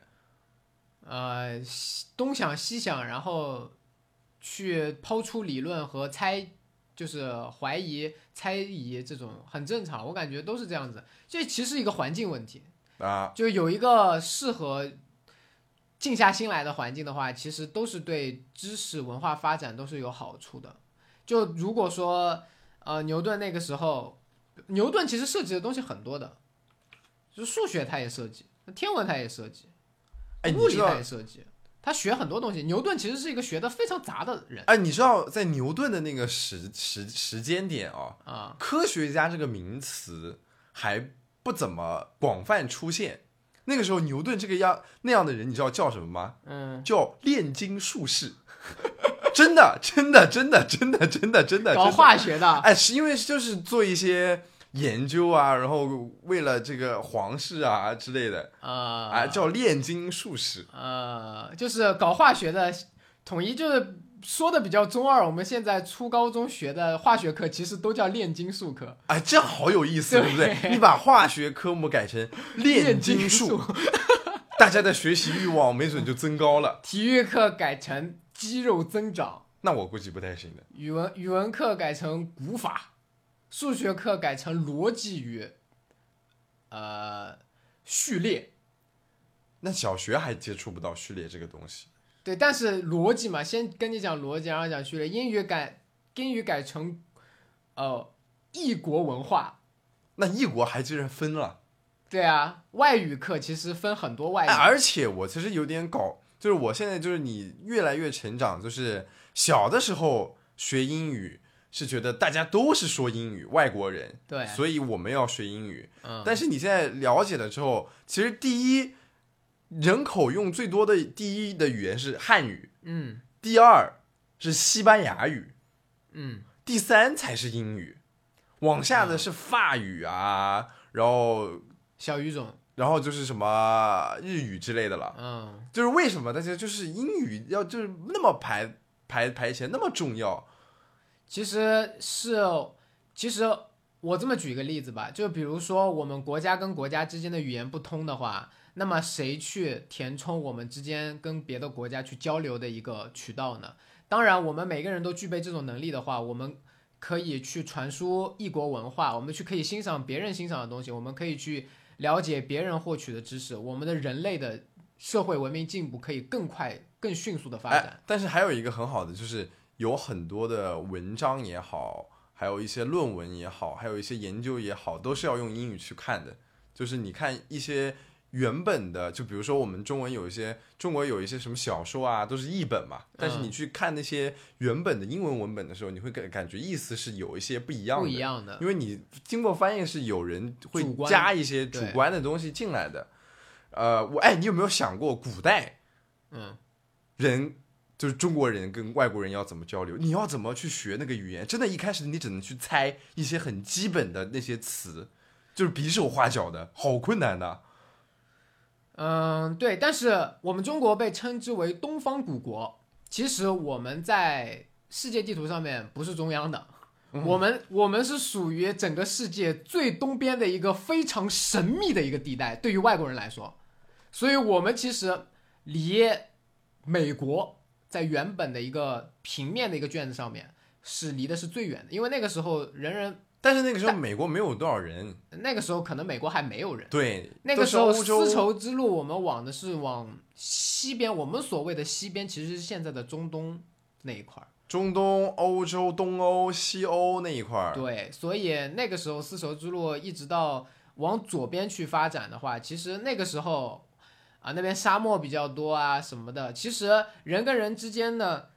呃，西东想西想，然后去抛出理论和猜，就是怀疑、猜疑这种很正常，我感觉都是这样子。这其实是一个环境问题，啊，就有一个适合静下心来的环境的话，其实都是对知识文化发展都是有好处的。就如果说，呃，牛顿那个时候，牛顿其实涉及的东西很多的，就数学他也涉及，天文他也涉及，哎你物理知道他也涉及，他学很多东西。牛顿其实是一个学的非常杂的人哎，你知道在牛顿的那个时时时间点啊、啊、科学家这个名词还不怎么广泛出现。那个时候，牛顿这个样那样的人，你知道叫什么吗？嗯，叫炼金术士。 *laughs* 真的，真的，真的，真的，真的，真的，搞真的化学的，哎，是因为就是做一些研究啊，然后为了这个皇室啊之类的呃，啊，叫炼金术士。呃，就是搞化学的，统一就是说的比较中二。我们现在初高中学的化学课其实都叫炼金术课，哎，这样好有意思，对对不对？ *laughs* 你把化学科目改成炼金术， *laughs* 大家的学习欲望没准就增高了。体育课改成肌肉增长，那我估计不太行的。语文语文课改成古法，数学课改成逻辑与呃序列。那小学还接触不到序列这个东西，对，但是逻辑嘛，先跟你讲逻辑，然后讲序列。英语改英语改成呃异国文化。那异国还真是分了，对啊，外语课其实分很多外语。哎，而且我其实有点搞，就是我现在就是你越来越成长，就是小的时候学英语是觉得大家都是说英语，外国人，对所以我们要学英语。嗯但是你现在了解了之后，其实第一人口用最多的第一的语言是汉语，嗯第二是西班牙语，嗯，第三才是英语，往下的是法语啊，然后小语种，然后就是什么日语之类的了。嗯，就是为什么大家就是英语要就是那么排排排前那么重要？其实是，其实我这么举一个例子吧，就比如说我们国家跟国家之间的语言不通的话，那么谁去填充我们之间跟别的国家去交流的一个渠道呢？当然，我们每个人都具备这种能力的话，我们可以去传输异国文化，我们去可以欣赏别人欣赏的东西，我们可以去了解别人获取的知识，我们的人类的社会文明进步可以更快、更迅速的发展。哎，但是还有一个很好的就是有很多的文章也好，还有一些论文也好，还有一些研究也好，都是要用英语去看的。就是你看一些原本的，就比如说我们中文有一些中国有一些什么小说啊，都是译本嘛。嗯但是你去看那些原本的英文文本的时候，你会感感觉意思是有一些不一样不的，一样的，因为你经过翻译是有人会主观加一些主对观的东西进来的。呃，我哎，你有没有想过古代嗯，人就是中国人跟外国人要怎么交流？你要怎么去学那个语言？真的，一开始你只能去猜一些很基本的那些词，就是比手画脚的，好困难的。嗯，对，但是我们中国被称之为东方古国，其实我们在世界地图上面不是中央的，我们我们是属于整个世界最东边的一个非常神秘的一个地带，对于外国人来说，所以我们其实离美国在原本的一个平面的一个卷子上面是离的是最远的，因为那个时候人人但是那个时候美国没有多少人，那个时候可能美国还没有人。对，那都个是时候欧洲丝绸之路，我们往的是往西边，我们所谓的西边其实是现在的中东那一块儿。中东、欧洲、东欧、西欧那一块儿，对，所以那个时候丝绸之路一直到往左边去发展的话，其实那个时候啊那边沙漠比较多啊什么的，其实人跟人之间的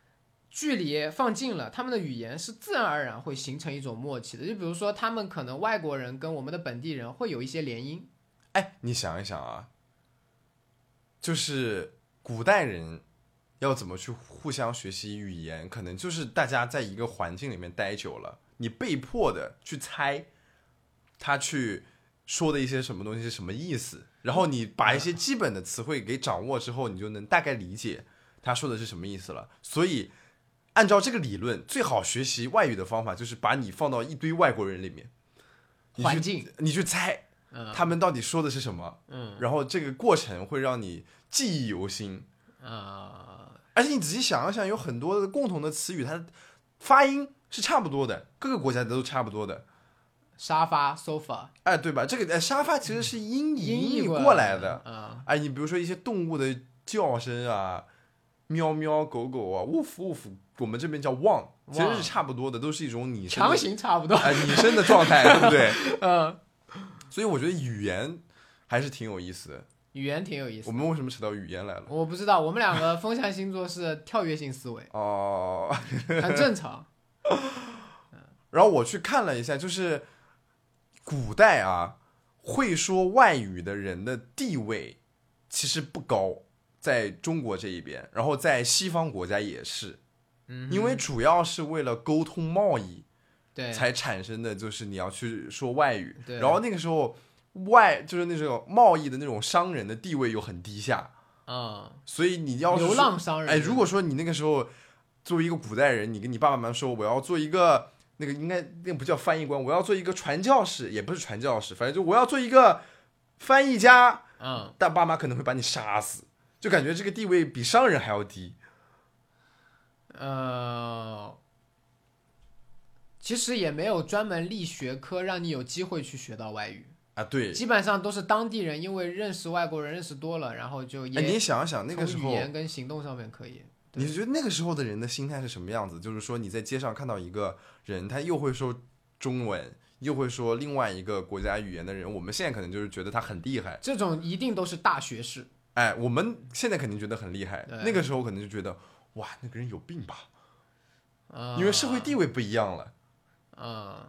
距离放近了，他们的语言是自然而然会形成一种默契的。就比如说，他们可能外国人跟我们的本地人会有一些联姻，哎，你想一想啊，就是古代人要怎么去互相学习语言，可能就是大家在一个环境里面待久了，你被迫的去猜他去说的一些什么东西是什么意思，然后你把一些基本的词汇给掌握之后，你就能大概理解他说的是什么意思了。所以，按照这个理论，最好学习外语的方法就是把你放到一堆外国人里面，你去环境，你去猜嗯他们到底说的是什么，嗯然后这个过程会让你记忆犹新。啊、而且你仔细想一想，有很多的共同的词语，它发音是差不多的，各个国家的都差不多的，沙发 sofa 哎，对吧？这个哎，沙发其实是音嗯音译译过来来的。啊、哎，你比如说一些动物的叫声啊，喵喵、狗狗啊，呜呼呜呼，我们这边叫汪，其实是差不多的，都是一种拟声强的，行差不多，哎，拟声的状态，对不对？ *laughs* 嗯，所以我觉得语言还是挺有意思的。语言挺有意思我的。们为什么扯到语言来了？，我不知道，我们两个风象星座是跳跃性思维哦、很正常。然后我去看了一下，就是古代啊，会说外语的人的地位其实不高，在中国这一边，然后在西方国家也是，嗯哼，因为主要是为了沟通贸易对，才产生的，就是你要去说外语。对然后那个时候，外就是那种贸易的那种商人的地位又很低下，嗯，所以你要是流说浪商人，哎，如果说你那个时候作为一个古代人，你跟你爸爸妈妈说我要做一个那个应该那不叫翻译官，我要做一个传教士，也不是传教士，反正就我要做一个翻译家，嗯，但爸妈可能会把你杀死，就感觉这个地位比商人还要低。呃，其实也没有专门立学科让你有机会去学到外语，啊，对，基本上都是当地人因为认识外国人认识多了，然后就哎，你也想一想那个时从语候，言跟行动上面可以。对你觉得那个时候的人的心态是什么样子？就是说你在街上看到一个人，他又会说中文，又会说另外一个国家语言的人，我们现在可能就是觉得他很厉害。这种一定都是大学士，哎，我们现在肯定觉得很厉害对，那个时候可能就觉得哇，那个人有病吧，嗯，因为社会地位不一样了。嗯，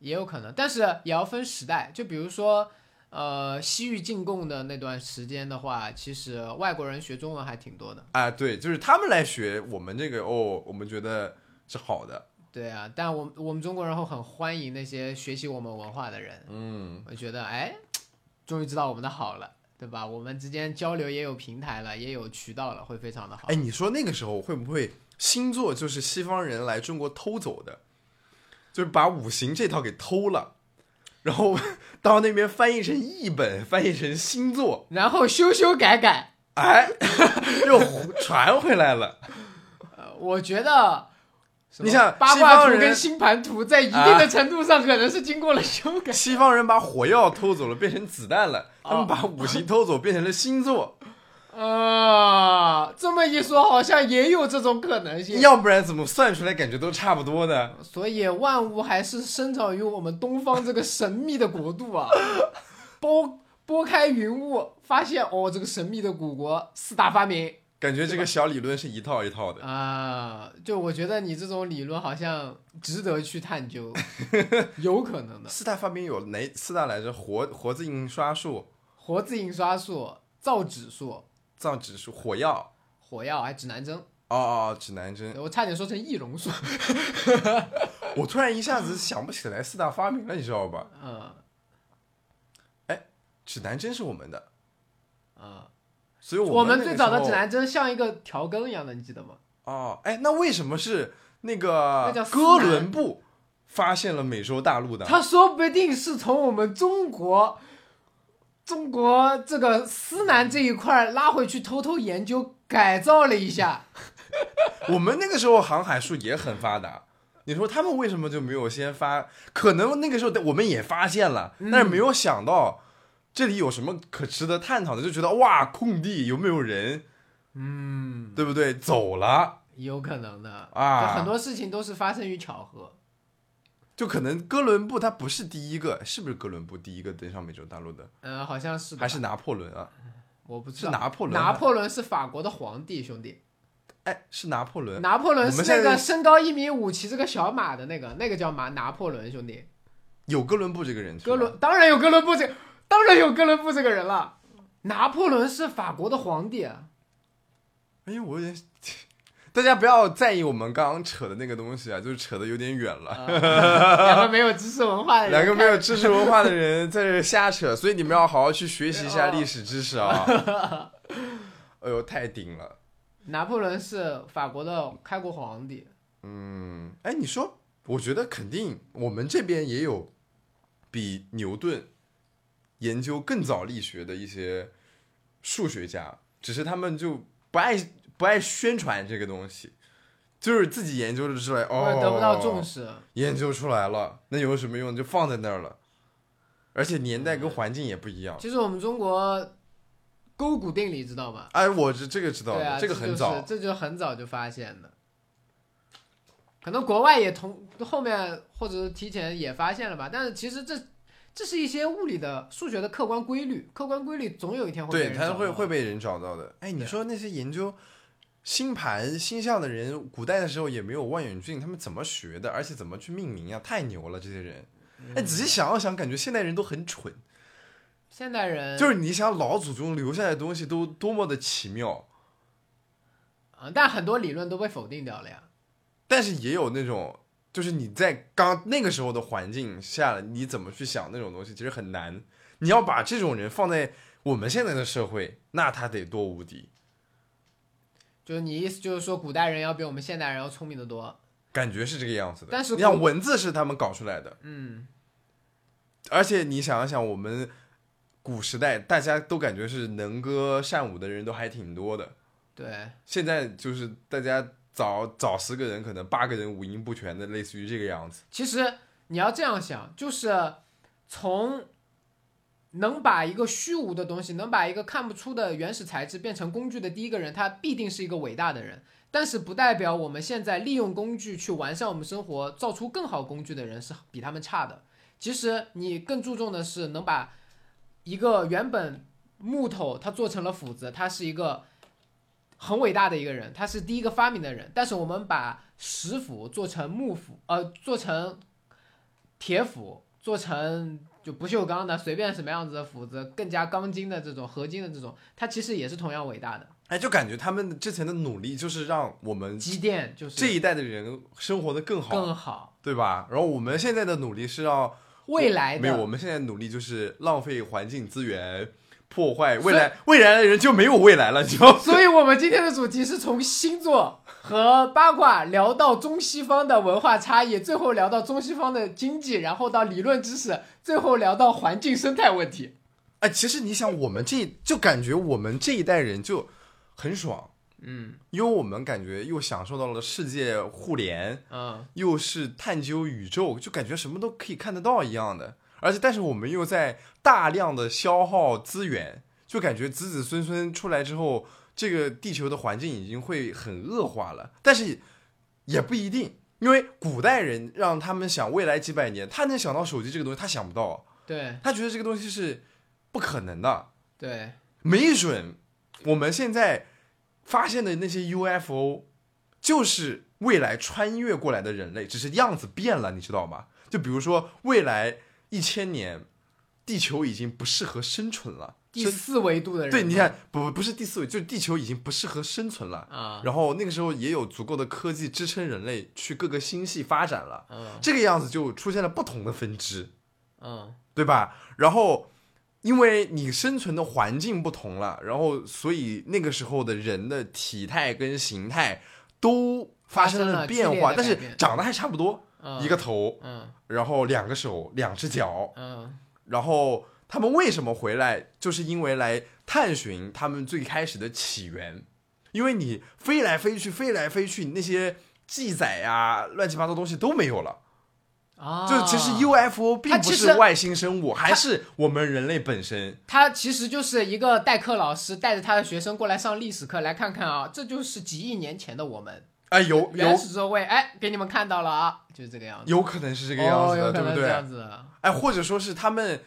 也有可能，但是也要分时代。就比如说，呃，西域进贡的那段时间的话，其实外国人学中文还挺多的。哎，对，就是他们来学我们这个哦，我们觉得是好的。对啊，但我们我们中国人会很欢迎那些学习我们文化的人。嗯，我觉得，哎，终于知道我们的好了，对吧？我们之间交流也有平台了，也有渠道了，会非常的好。哎，你说那个时候会不会星座就是西方人来中国偷走的，就是把五行这套给偷了，然后到那边翻译成译本，翻译成星座，然后修修改改，哎， *laughs* 又胡传回来了。呃，我觉得什么你想八西卦方图跟人啊星盘图在一定的程度上可能是经过了修 *laughs* 改。西方人把火药偷走了，变成子弹了；哦他们把五行偷走，变成了星 *laughs* 座。啊、这么一说，好像也有这种可能性。要不然怎么算出来感觉都差不多 *laughs* 呢？所以万物还是生长于我们东方这个神秘的国度啊！ *laughs* 拨拨开云雾，发现哦，这个神秘的古国四大发明感觉这个小理论是一套一套的。啊、就我觉得你这种理论好像值得去 *laughs* 探究，有可能的。四大发明有哪四大来着？活活字印刷术、活字印刷术、造纸术、造纸术、火药。火药还指南针，哦哦，指南针。我差点说成易容术。我突然一下子想不起来四大发明了，你知道吧？哎嗯指南针是我们的，嗯，所以我们们那个最早的时候指南针像一个调羹一样的，你记得吗？哦，哎，那为什么是那那个叫司哥南伦布发现了美洲大陆的？他说不定是从我们中国，中国这个思南这一块儿拉回去偷偷研究改造了一下。我们那个时候航海术也很发达，你说他们为什么就没有先发？可能那个时候我们也发现了，但是嗯没有想到这里有什么可值得探讨的，就觉得哇，空地有没有人，嗯，对不对？走了有可能的啊就很多事情都是发生于巧合。就可能哥伦布他不是第一个，是不是哥伦布第一个登上美洲大陆的？嗯、好像是的吧还是拿破仑啊？我不知是道。拿破仑？啊拿？破仑是法国的皇帝，兄弟。哎，是拿破仑。拿破仑我是们那现在个身高一米五、骑着个小马的那个，那个叫马拿破仑兄弟。有哥伦布这个人是吧，哥伦当然有哥伦布这，当然有哥伦布这个人了。拿破仑是法国的皇帝啊。哎呦，我有点， *laughs* 大家不要在意我们刚刚扯的那个东西啊，就是扯的有点远了。两个没有知识文化的人，两个没有知识文化的人在这瞎 *laughs* 扯，所以你们要好好去学习一下历史知识啊！*laughs* 哦哎呦，太顶了。拿破仑是法国的开国皇帝，嗯，哎，你说，我觉得肯定我们这边也有比牛顿研究更早力学的一些数学家，只是他们就不爱不爱宣传这个东西，就是自己研究了出来，或哦者，得不到重视。研究出来了，那有什么用？就放在那儿了，而且年代跟环境也不一样。其实我们中国勾股定理知道吗？哎，我这这个知道对的，啊，这个就很是早。这就很早就发现的。可能国外也同后面或者是提前也发现了吧，但是其实这这是一些物理的数学的客观规律，客观规律总有一天会被对，人他掌会握会被人找到的。哎，你对啊说那些研究星盘星象的人，古代的时候也没有望远镜，他们怎么学的？而且怎么去命名啊？太牛了，这些人。嗯哎，仔细想一想，感觉现代人都很蠢。现代人就是你想老祖宗留下来的东西都多么的奇妙，啊，但很多理论都被否定掉了呀。但是也有那种，就是你在刚那个时候的环境下，你怎么去想那种东西，其实很难。你要把这种人放在我们现在的社会，那他得多无敌。就是你意思就是说，古代人要比我们现代人要聪明得多。感觉是这个样子的。但是你想古文字是他们搞出来的，嗯，而且你想一想，我们古时代大家都感觉是能歌善舞的人都还挺多的，对，现在就是大家找找十个人，可能八个人五音不全的，类似于这个样子。其实你要这样想，就是从能把一个虚无的东西，能把一个看不出的原始材质变成工具的第一个人，他必定是一个伟大的人。但是不代表我们现在利用工具去完善我们生活、造出更好工具的人是比他们差的。其实你更注重的是能把一个原本木头它做成了斧子，它是一个很伟大的一个人，他是第一个发明的人。但是我们把石斧做成木斧，呃，做成铁斧，做成就不锈钢的，随便什么样子的斧子，更加钢筋的这种、合金的这种，它其实也是同样伟大的。哎，就感觉他们之前的努力就是让我们积淀就是这一代的人生活的更好，更好。对吧？然后我们现在的努力是让未来没有，我的们现在努力就是浪费环境资源，破坏未来，未来的人就没有未来了，你知道吗？所以，我们今天的主题是从星座和八卦聊到中西方的文化差异，最后聊到中西方的经济，然后到理论知识，最后聊到环境生态问题。 *laughs* 哎，其实你想，我们这就感觉我们这一代人就很爽，嗯因为我们感觉又享受到了世界互联，嗯，又是探究宇宙，就感觉什么都可以看得到一样的。而且，但是我们又在大量的消耗资源，就感觉子子孙孙出来之后，这个地球的环境已经会很恶化了。但是也不一定，因为古代人让他们想未来几百年，他能想到手机这个东西，他想不到，对他觉得这个东西是不可能的。对，没准我们现在发现的那些 UFO，就是未来穿越过来的人类，只是样子变了，你知道吗？就比如说未来一千年，地球已经不适合生存了。第生四维度的人，对，你看，不不是第四位，就是地球已经不适合生存了。啊，然后那个时候也有足够的科技支撑人类去各个星系发展了，嗯这个样子就出现了不同的分支。嗯对吧？然后，因为你生存的环境不同了，然后所以那个时候的人的体态跟形态都发生了变化，发生了剧烈的但是改变长得还差不多，嗯，一个头，嗯然后两个手，两只脚，嗯然后他们为什么回来，就是因为来探寻他们最开始的起源，因为你飞来飞去，飞来飞去，那些记载呀、乱七八糟东西都没有了。啊，就其实 UFO 并它不其是实外星生物，还是我们人类本身。他其实就是一个代课老师带着他的学生过来上历史课，来看看啊，这就是几亿年前的我们哎，有原有始社会，哎，给你们看到了啊，就是这个样子，有可能是这这个样子的，哦、有可对不能这对样？子的，哎，或者说是他们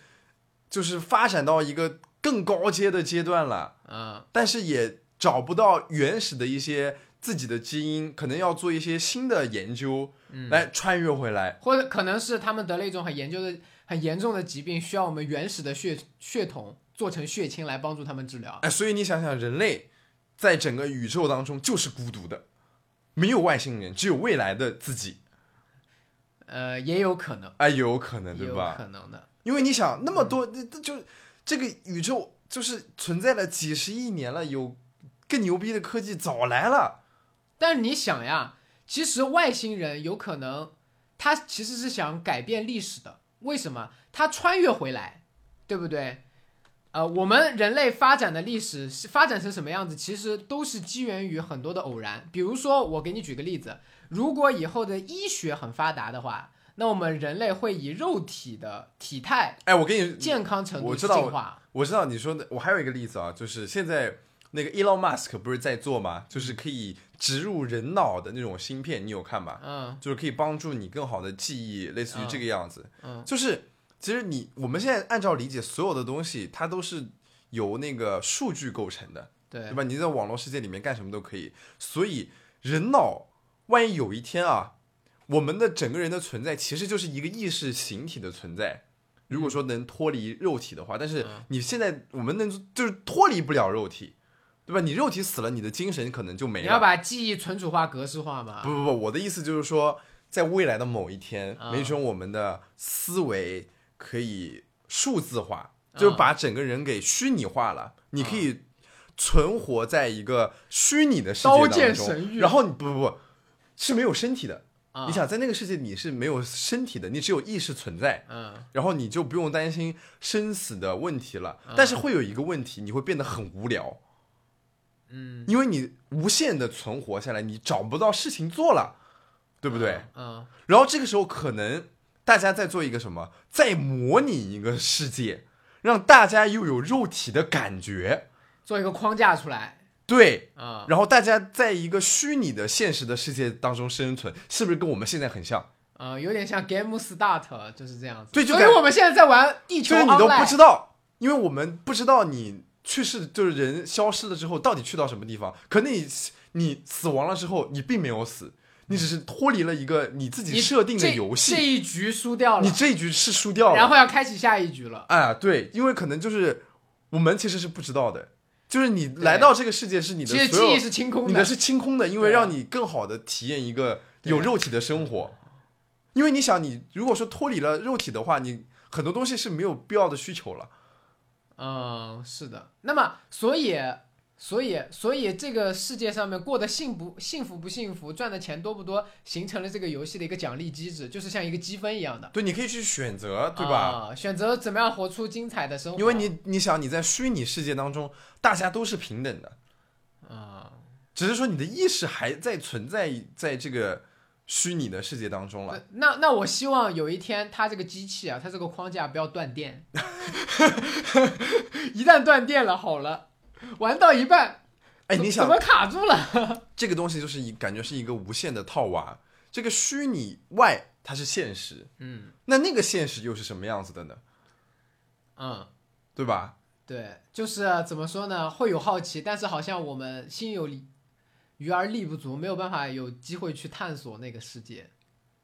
就是发展到一个更高阶的阶段了，嗯但是也找不到原始的一些自己的基因，可能要做一些新的研究、嗯，来穿越回来。或者可能是他们得了一种很研究的、很严重的疾病，需要我们原始的血血统做成血清来帮助他们治疗。哎，所以你想想，人类在整个宇宙当中就是孤独的，没有外星人，只有未来的自己。呃，也有可能，哎，有可能也对有吧？可能的。因为你想那么多，那、那就这个宇宙就是存在了几十亿年了，有更牛逼的科技早来了。但是你想呀，其实外星人有可能，他其实是想改变历史的。为什么？他穿越回来，对不对？呃，我们人类发展的历史是发展成什么样子，其实都是基源于很多的偶然。比如说，我给你举个例子，如果以后的医学很发达的话，那我们人类会以肉体的体态、哎，我跟你，健康程度我去知道进化。我知道你说的，我还有一个例子啊，就是现在那个 Elon Musk 不是在做吗？就是可以植入人脑的那种芯片，你有看吧？嗯就是可以帮助你更好的记忆，类似于这个样子。嗯就是其实你我们现在按照理解，所有的东西它都是由那个数据构成的。对对吧？你在网络世界里面干什么都可以，所以人脑万一有一天啊，我们的整个人的存在其实就是一个意识形体的存在。如果说能脱离肉体的话，但是嗯你现在我们能就是脱离不了肉体，对吧？你肉体死了，你的精神可能就没你要了。把记忆存储化、格式化嘛？不不不，我的意思就是说，在未来的某一天，啊没准我们的思维可以数字化，就啊把整个人给虚拟化了。你可以存活在一个虚拟的世界刀当中，剑神域然后你不不不，是没有身体的。啊你，想在那个世界你是没有身体的，你只有意识存在，嗯，然后你就不用担心生死的问题了。但是会有一个问题，你会变得很无聊。嗯，因为你无限的存活下来，你找不到事情做了，对不对？嗯，然后这个时候可能大家在做一个什么，在模拟一个世界，让大家又有肉体的感觉。做一个框架出来对，啊、然后大家在一个虚拟的现实的世界当中生存，是不是跟我们现在很像？嗯，有点像 Game Start 就是这样子。对就所以感我们现在在玩地球就是你都不 Online 知道，因为我们不知道你去世，就是人消失了之后到底去到什么地方。可能你你死亡了之后，你并没有死，你只是脱离了一个你自己你设定的这游这戏。一局输掉你了，这一局是输掉了，然后要开启下一局了。啊，对，因为可能就是我们其实是不知道的，就是你来到这个世界是你的其实所记忆有，是清空你的是清空的，因为对啊让你更好的体验一个有对啊肉体的生活。因为你想，你如果说脱离了肉体的话，你很多东西是没有必要的需求了。嗯，是的。那么，所以，所以，所以，这个世界上面过得幸不幸福不幸福，赚的钱多不多，形成了这个游戏的一个奖励机制，就是像一个积分一样的，对，你可以去选择，对吧？啊选择怎么样活出精彩的生活，因为你你想你在虚拟世界当中，大家都是平等的，啊、只是说你的意识还在存在在这个虚拟的世界当中了。呃那那我希望有一天，它这个机器啊，它这个框架不要断电， *laughs* 一旦断电了，好了，玩到一半，哎，怎你想怎么卡 *laughs* 住了？这个东西就是一感觉是一个无限的套娃，这个虚拟外它是现实，嗯那那个现实又是什么样子的呢？嗯。对吧？对，就是怎么说呢，会有好奇，但是好像我们心有力余而力不足，没有办法有机会去探索那个世界。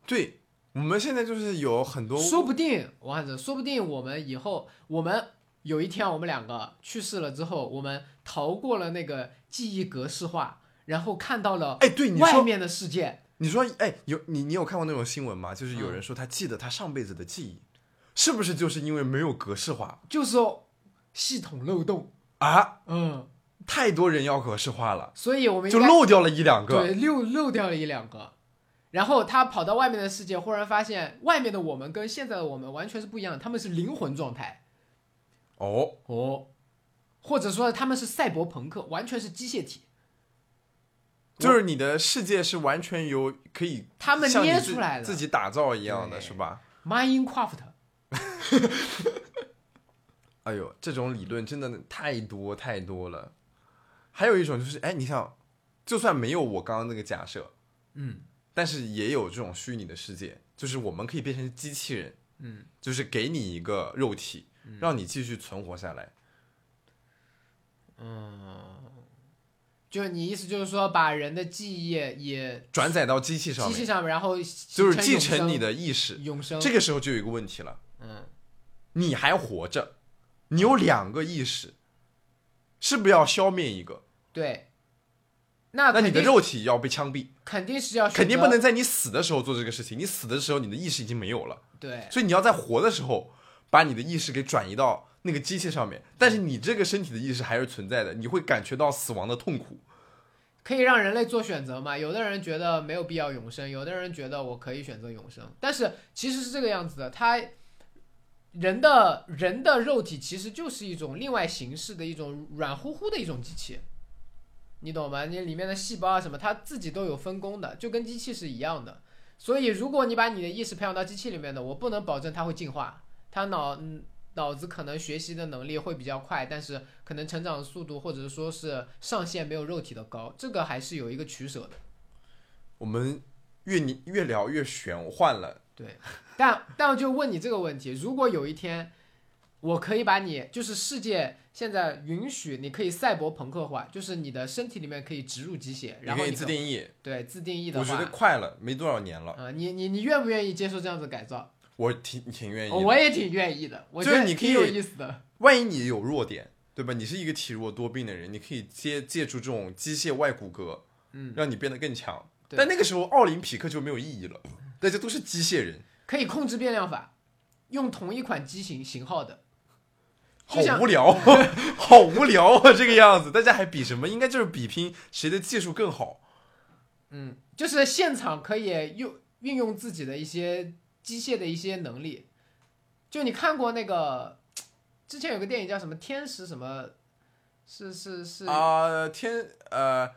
对，我们现在就是有很多说不定王汉哲，说不定我们以后，我们有一天我们两个去世了之后，我们逃过了那个记忆格式化，然后看到了哎，对你外说，面的世界。你说，哎，有你你有看过那种新闻吗？就是嗯有人说他记得他上辈子的记忆，是不是就是因为没有格式化就是系统漏洞，啊？嗯，太多人要格式化了，所以我们应就该漏掉了一两个。对，漏漏掉了一两个。然后他跑到外面的世界，忽然发现外面的我们跟现在的我们完全是不一样的，他们是灵魂状态哦，哦，或者说他们是赛博朋克，完全是机械体，就是你的世界是完全由可以他们像你捏自出来的自己打造一样的对是吧？ Minecraft。哎呦，这种理论真的太多太多了。还有一种就是，哎，你想，就算没有我刚刚那个假设，嗯但是也有这种虚拟的世界，就是我们可以变成机器人，嗯，就是给你一个肉体，让你继续存活下来。就你意思就是说把人的记忆也转载到机器上机器面，上面，然后就就是继承你的意识。永生，这个时候就有一个问题了，嗯你还活着，你有两个意识，是不是要消灭一个？对。那那肯你的定肉体要被枪毙，肯定是要选肯定不择能在你死的时候做这个事情。你死的时候，你的意识已经没有了。对所以你要在活的时候把你的意识给转移到那个机器上面，但是你这个身体的意识还是存在的，你会感觉到死亡的痛苦。可以让人类做选择嘛？有的人觉得没有必要永生，有的人觉得我可以选择永生，但是其实是这个样子的，他。人的人的肉体其实就是一种另外形式的一种软乎乎的一种机器，你懂吗？你里面的细胞啊什么，它自己都有分工的，就跟机器是一样的。所以，如果你把你的意识培养到机器里面的，我不能保证它会进化，它脑嗯脑子可能学习的能力会比较快，但是可能成长速度或者说是上限没有肉体的高，这个还是有一个取舍的。我们越你越聊越玄幻了，对，但但我就问你这个问题：如果有一天，我可以把你，就是世界现在允许你可以赛博朋克化，就是你的身体里面可以植入机械，然后你可你以自可定义。对自定义的我话，觉得快了，没多少年了，啊、你你你愿不愿意接受这样子改造？我挺挺愿意的。我也挺愿意的，我觉就是得你可挺有以意思的。万一你有弱点，对吧？你是一个体弱多病的人，你可以借借助这种机械外骨骼，嗯，让你变得更强。对但那个时候奥林匹克就没有意义了，大家都是机械人，可以控制变量法，用同一款机型型号的，好就像无聊， *laughs* 好无聊啊！这个样子，大家还比什么？应该就是比拼谁的技术更好。嗯，就是现场可以用运用自己的一些机械的一些能力。就你看过那个，之前有个电影叫什么《天使》什么，是是是，啊、天，呃，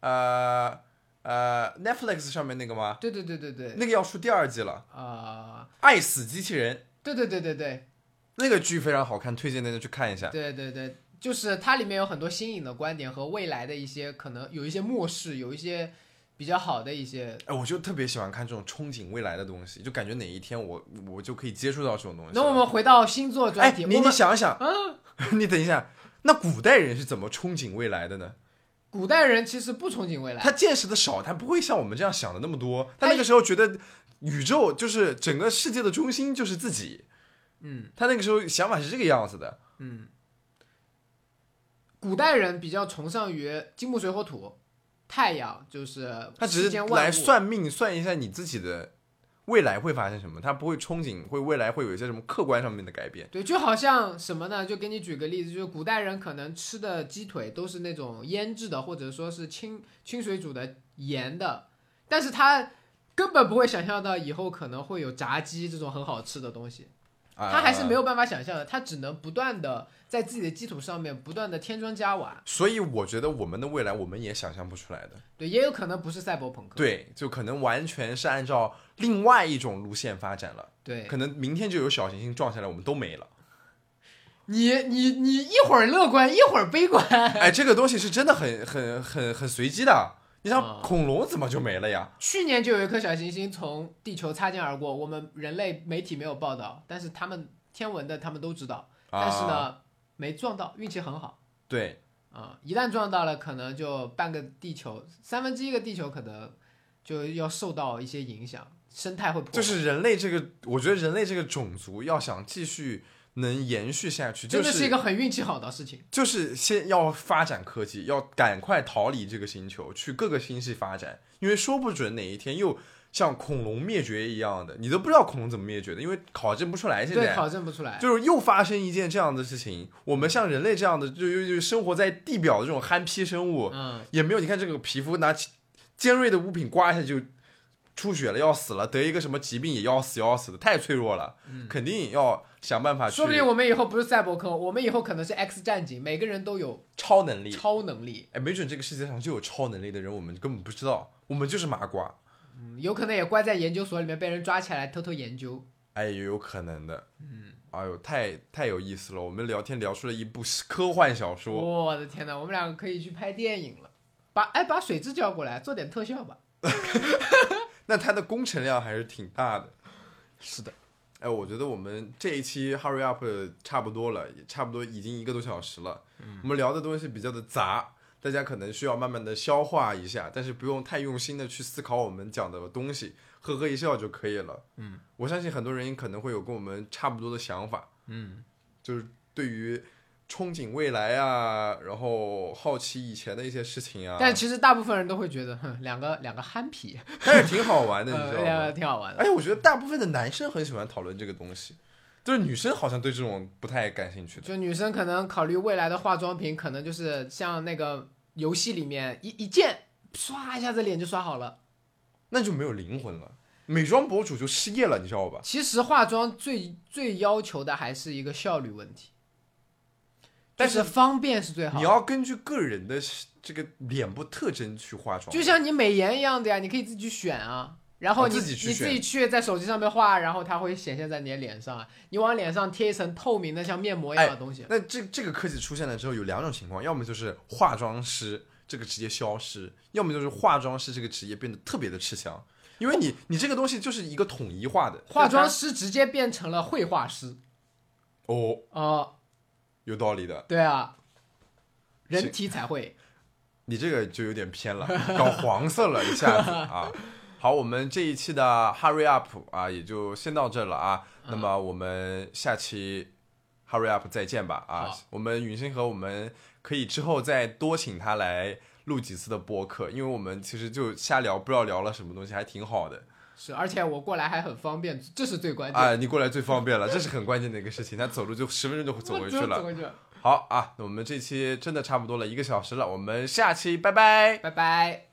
呃，呃，Netflix 上面那个吗？对对对对对，那个要出第二季了，啊、 《爱死机器人》对对对对对，那个剧非常好看，推荐大家去看一下。对对对，就是它里面有很多新颖的观点和未来的一些可能有一些漠视，有一些比较好的一些。哎，我就特别喜欢看这种憧憬未来的东西，就感觉哪一天我我就可以接触到这种东西了。那我们回到星座专哎，你题，你我们啊想一想， *laughs* 你等一下，那古代人是怎么憧憬未来的呢？古代人其实不憧憬未来，他见识的少，他不会像我们这样想的那么多。他他那个时候觉得宇宙就是整个世界的中心就是自己，嗯，他那个时候想法是这个样子的。嗯，古代人比较崇尚于金木水火土，太阳就是他只世是间万来物算命，算一下你自己的未来会发生什么，他不会憧憬会未来会有一些什么客观上面的改变。对，就好像什么呢？就给你举个例子，就是古代人可能吃的鸡腿都是那种腌制的，或者说是清清水煮的盐的，但是他根本不会想象到以后可能会有炸鸡这种很好吃的东西，啊他还是没有办法想象的，他只能不断的在自己的基础上面不断的添砖加瓦。所以我觉得我们的未来我们也想象不出来的，对，也有可能不是赛博朋克。对，就可能完全是按照另外一种路线发展了，对，可能明天就有小行星撞下来，我们都 *laughs* 没了。你你你一会儿乐观，一会儿悲观。哎，这个东西是真的很很很很随机的。你想啊恐龙怎么就没了呀？去年就有一颗小行星从地球擦肩而过，我们人类媒体没有报道，但是他们天文的他们都知道，但是呢、啊，没撞到，运气很好对，啊、一旦撞到了，可能就半个地球，三分之一个地球可能就要受到一些影响，生态会破坏。就是人类这个，我觉得人类这个种族要想继续能延续下去，就真的是一是个很运气好的事情。就是先要发展科技，要赶快逃离这个星球，去各个星系发展，因为说不准哪一天又像恐龙灭绝一样的，你都不知道恐龙怎么灭绝的，因为考证不出来现对，在。考证不出来。就是又发生一件这样的事情，我们像人类这样的，就就就生活在地表的这种憨批生物，嗯，也没有，你看这个皮肤拿起尖锐的物品刮一下就出血了，要死了，得一个什么疾病也要死要死的，太脆弱了，肯定要想办法去嗯说不定我们以后不是赛博客，我们以后可能是 X 战警，每个人都有超能力。超能力，哎，没准这个世界上就有超能力的人，我们根本不知道，我们就是麻瓜。嗯，有可能也关在研究所里面被人抓起来偷偷研究。哎，也有可能的。嗯，哎呦，太太有意思了，我们聊天聊出了一部科幻小说。我的天呐，我们两个可以去拍电影了。把哎，把水蛭叫过来做点特效吧。那它的工程量还是挺大的。是的，哎，我觉得我们这一期 Hurry Up 差不多了，也差不多已经一个多小时了。嗯我们聊的东西比较的杂，大家可能需要慢慢的消化一下，但是不用太用心的去思考我们讲的东西，呵呵一笑就可以了。嗯，我相信很多人可能会有跟我们差不多的想法，嗯，就是对于憧憬未来啊，然后好奇以前的一些事情啊，但其实大部分人都会觉得，哼，两个两个憨皮，但是挺好玩的，你知 *laughs* 道呃，两吗？个挺好玩的。而且哎我觉得大部分的男生很喜欢讨论这个东西，就是女生好像对这种不太感兴趣的。就女生可能考虑未来的化妆品，可能就是像那个游戏里面一一键刷一下子脸就刷好了。那就没有灵魂了。美妆博主就失业了，你知道吧？其实化妆最最要求的还是一个效率问题，但就是方便是最好的。你要根据个人的这个脸部特征去化妆，就像你美颜一样的呀，你可以自己选啊，然后啊你、自己去你选自己去在手机上面画，然后它会显现在你的脸上啊，你往脸上贴一层透明的像面膜一样的东西，那这这个科技出现了之后，有两种情况，要么就是化妆师这个职业消失，要么就是化妆师这个职业变得特别的吃香，因为你你这个东西就是一个统一化的化妆师直接变成了绘画师哦，哦、有道理的，对啊，是人体彩绘，你这个就有点偏了，搞黄色了一 *laughs* 下子啊。好，我们这一期的 Hurry Up 啊，也就先到这了啊。那么嗯我们下期 Hurry Up 再见吧啊好！我们云星河，我们可以之后再多请他来录几次的播客，因为我们其实就瞎聊，不知道聊了什么东西，还挺好的是，而且我过来还很方便，这是最关键的。啊。你过来最方便了，这是很关键的一个事情。他走路就十分钟就走回去 *laughs* 走了。回去了，好啊，那我们这期真的差不多了，一个小时了，我们下期拜拜。拜拜。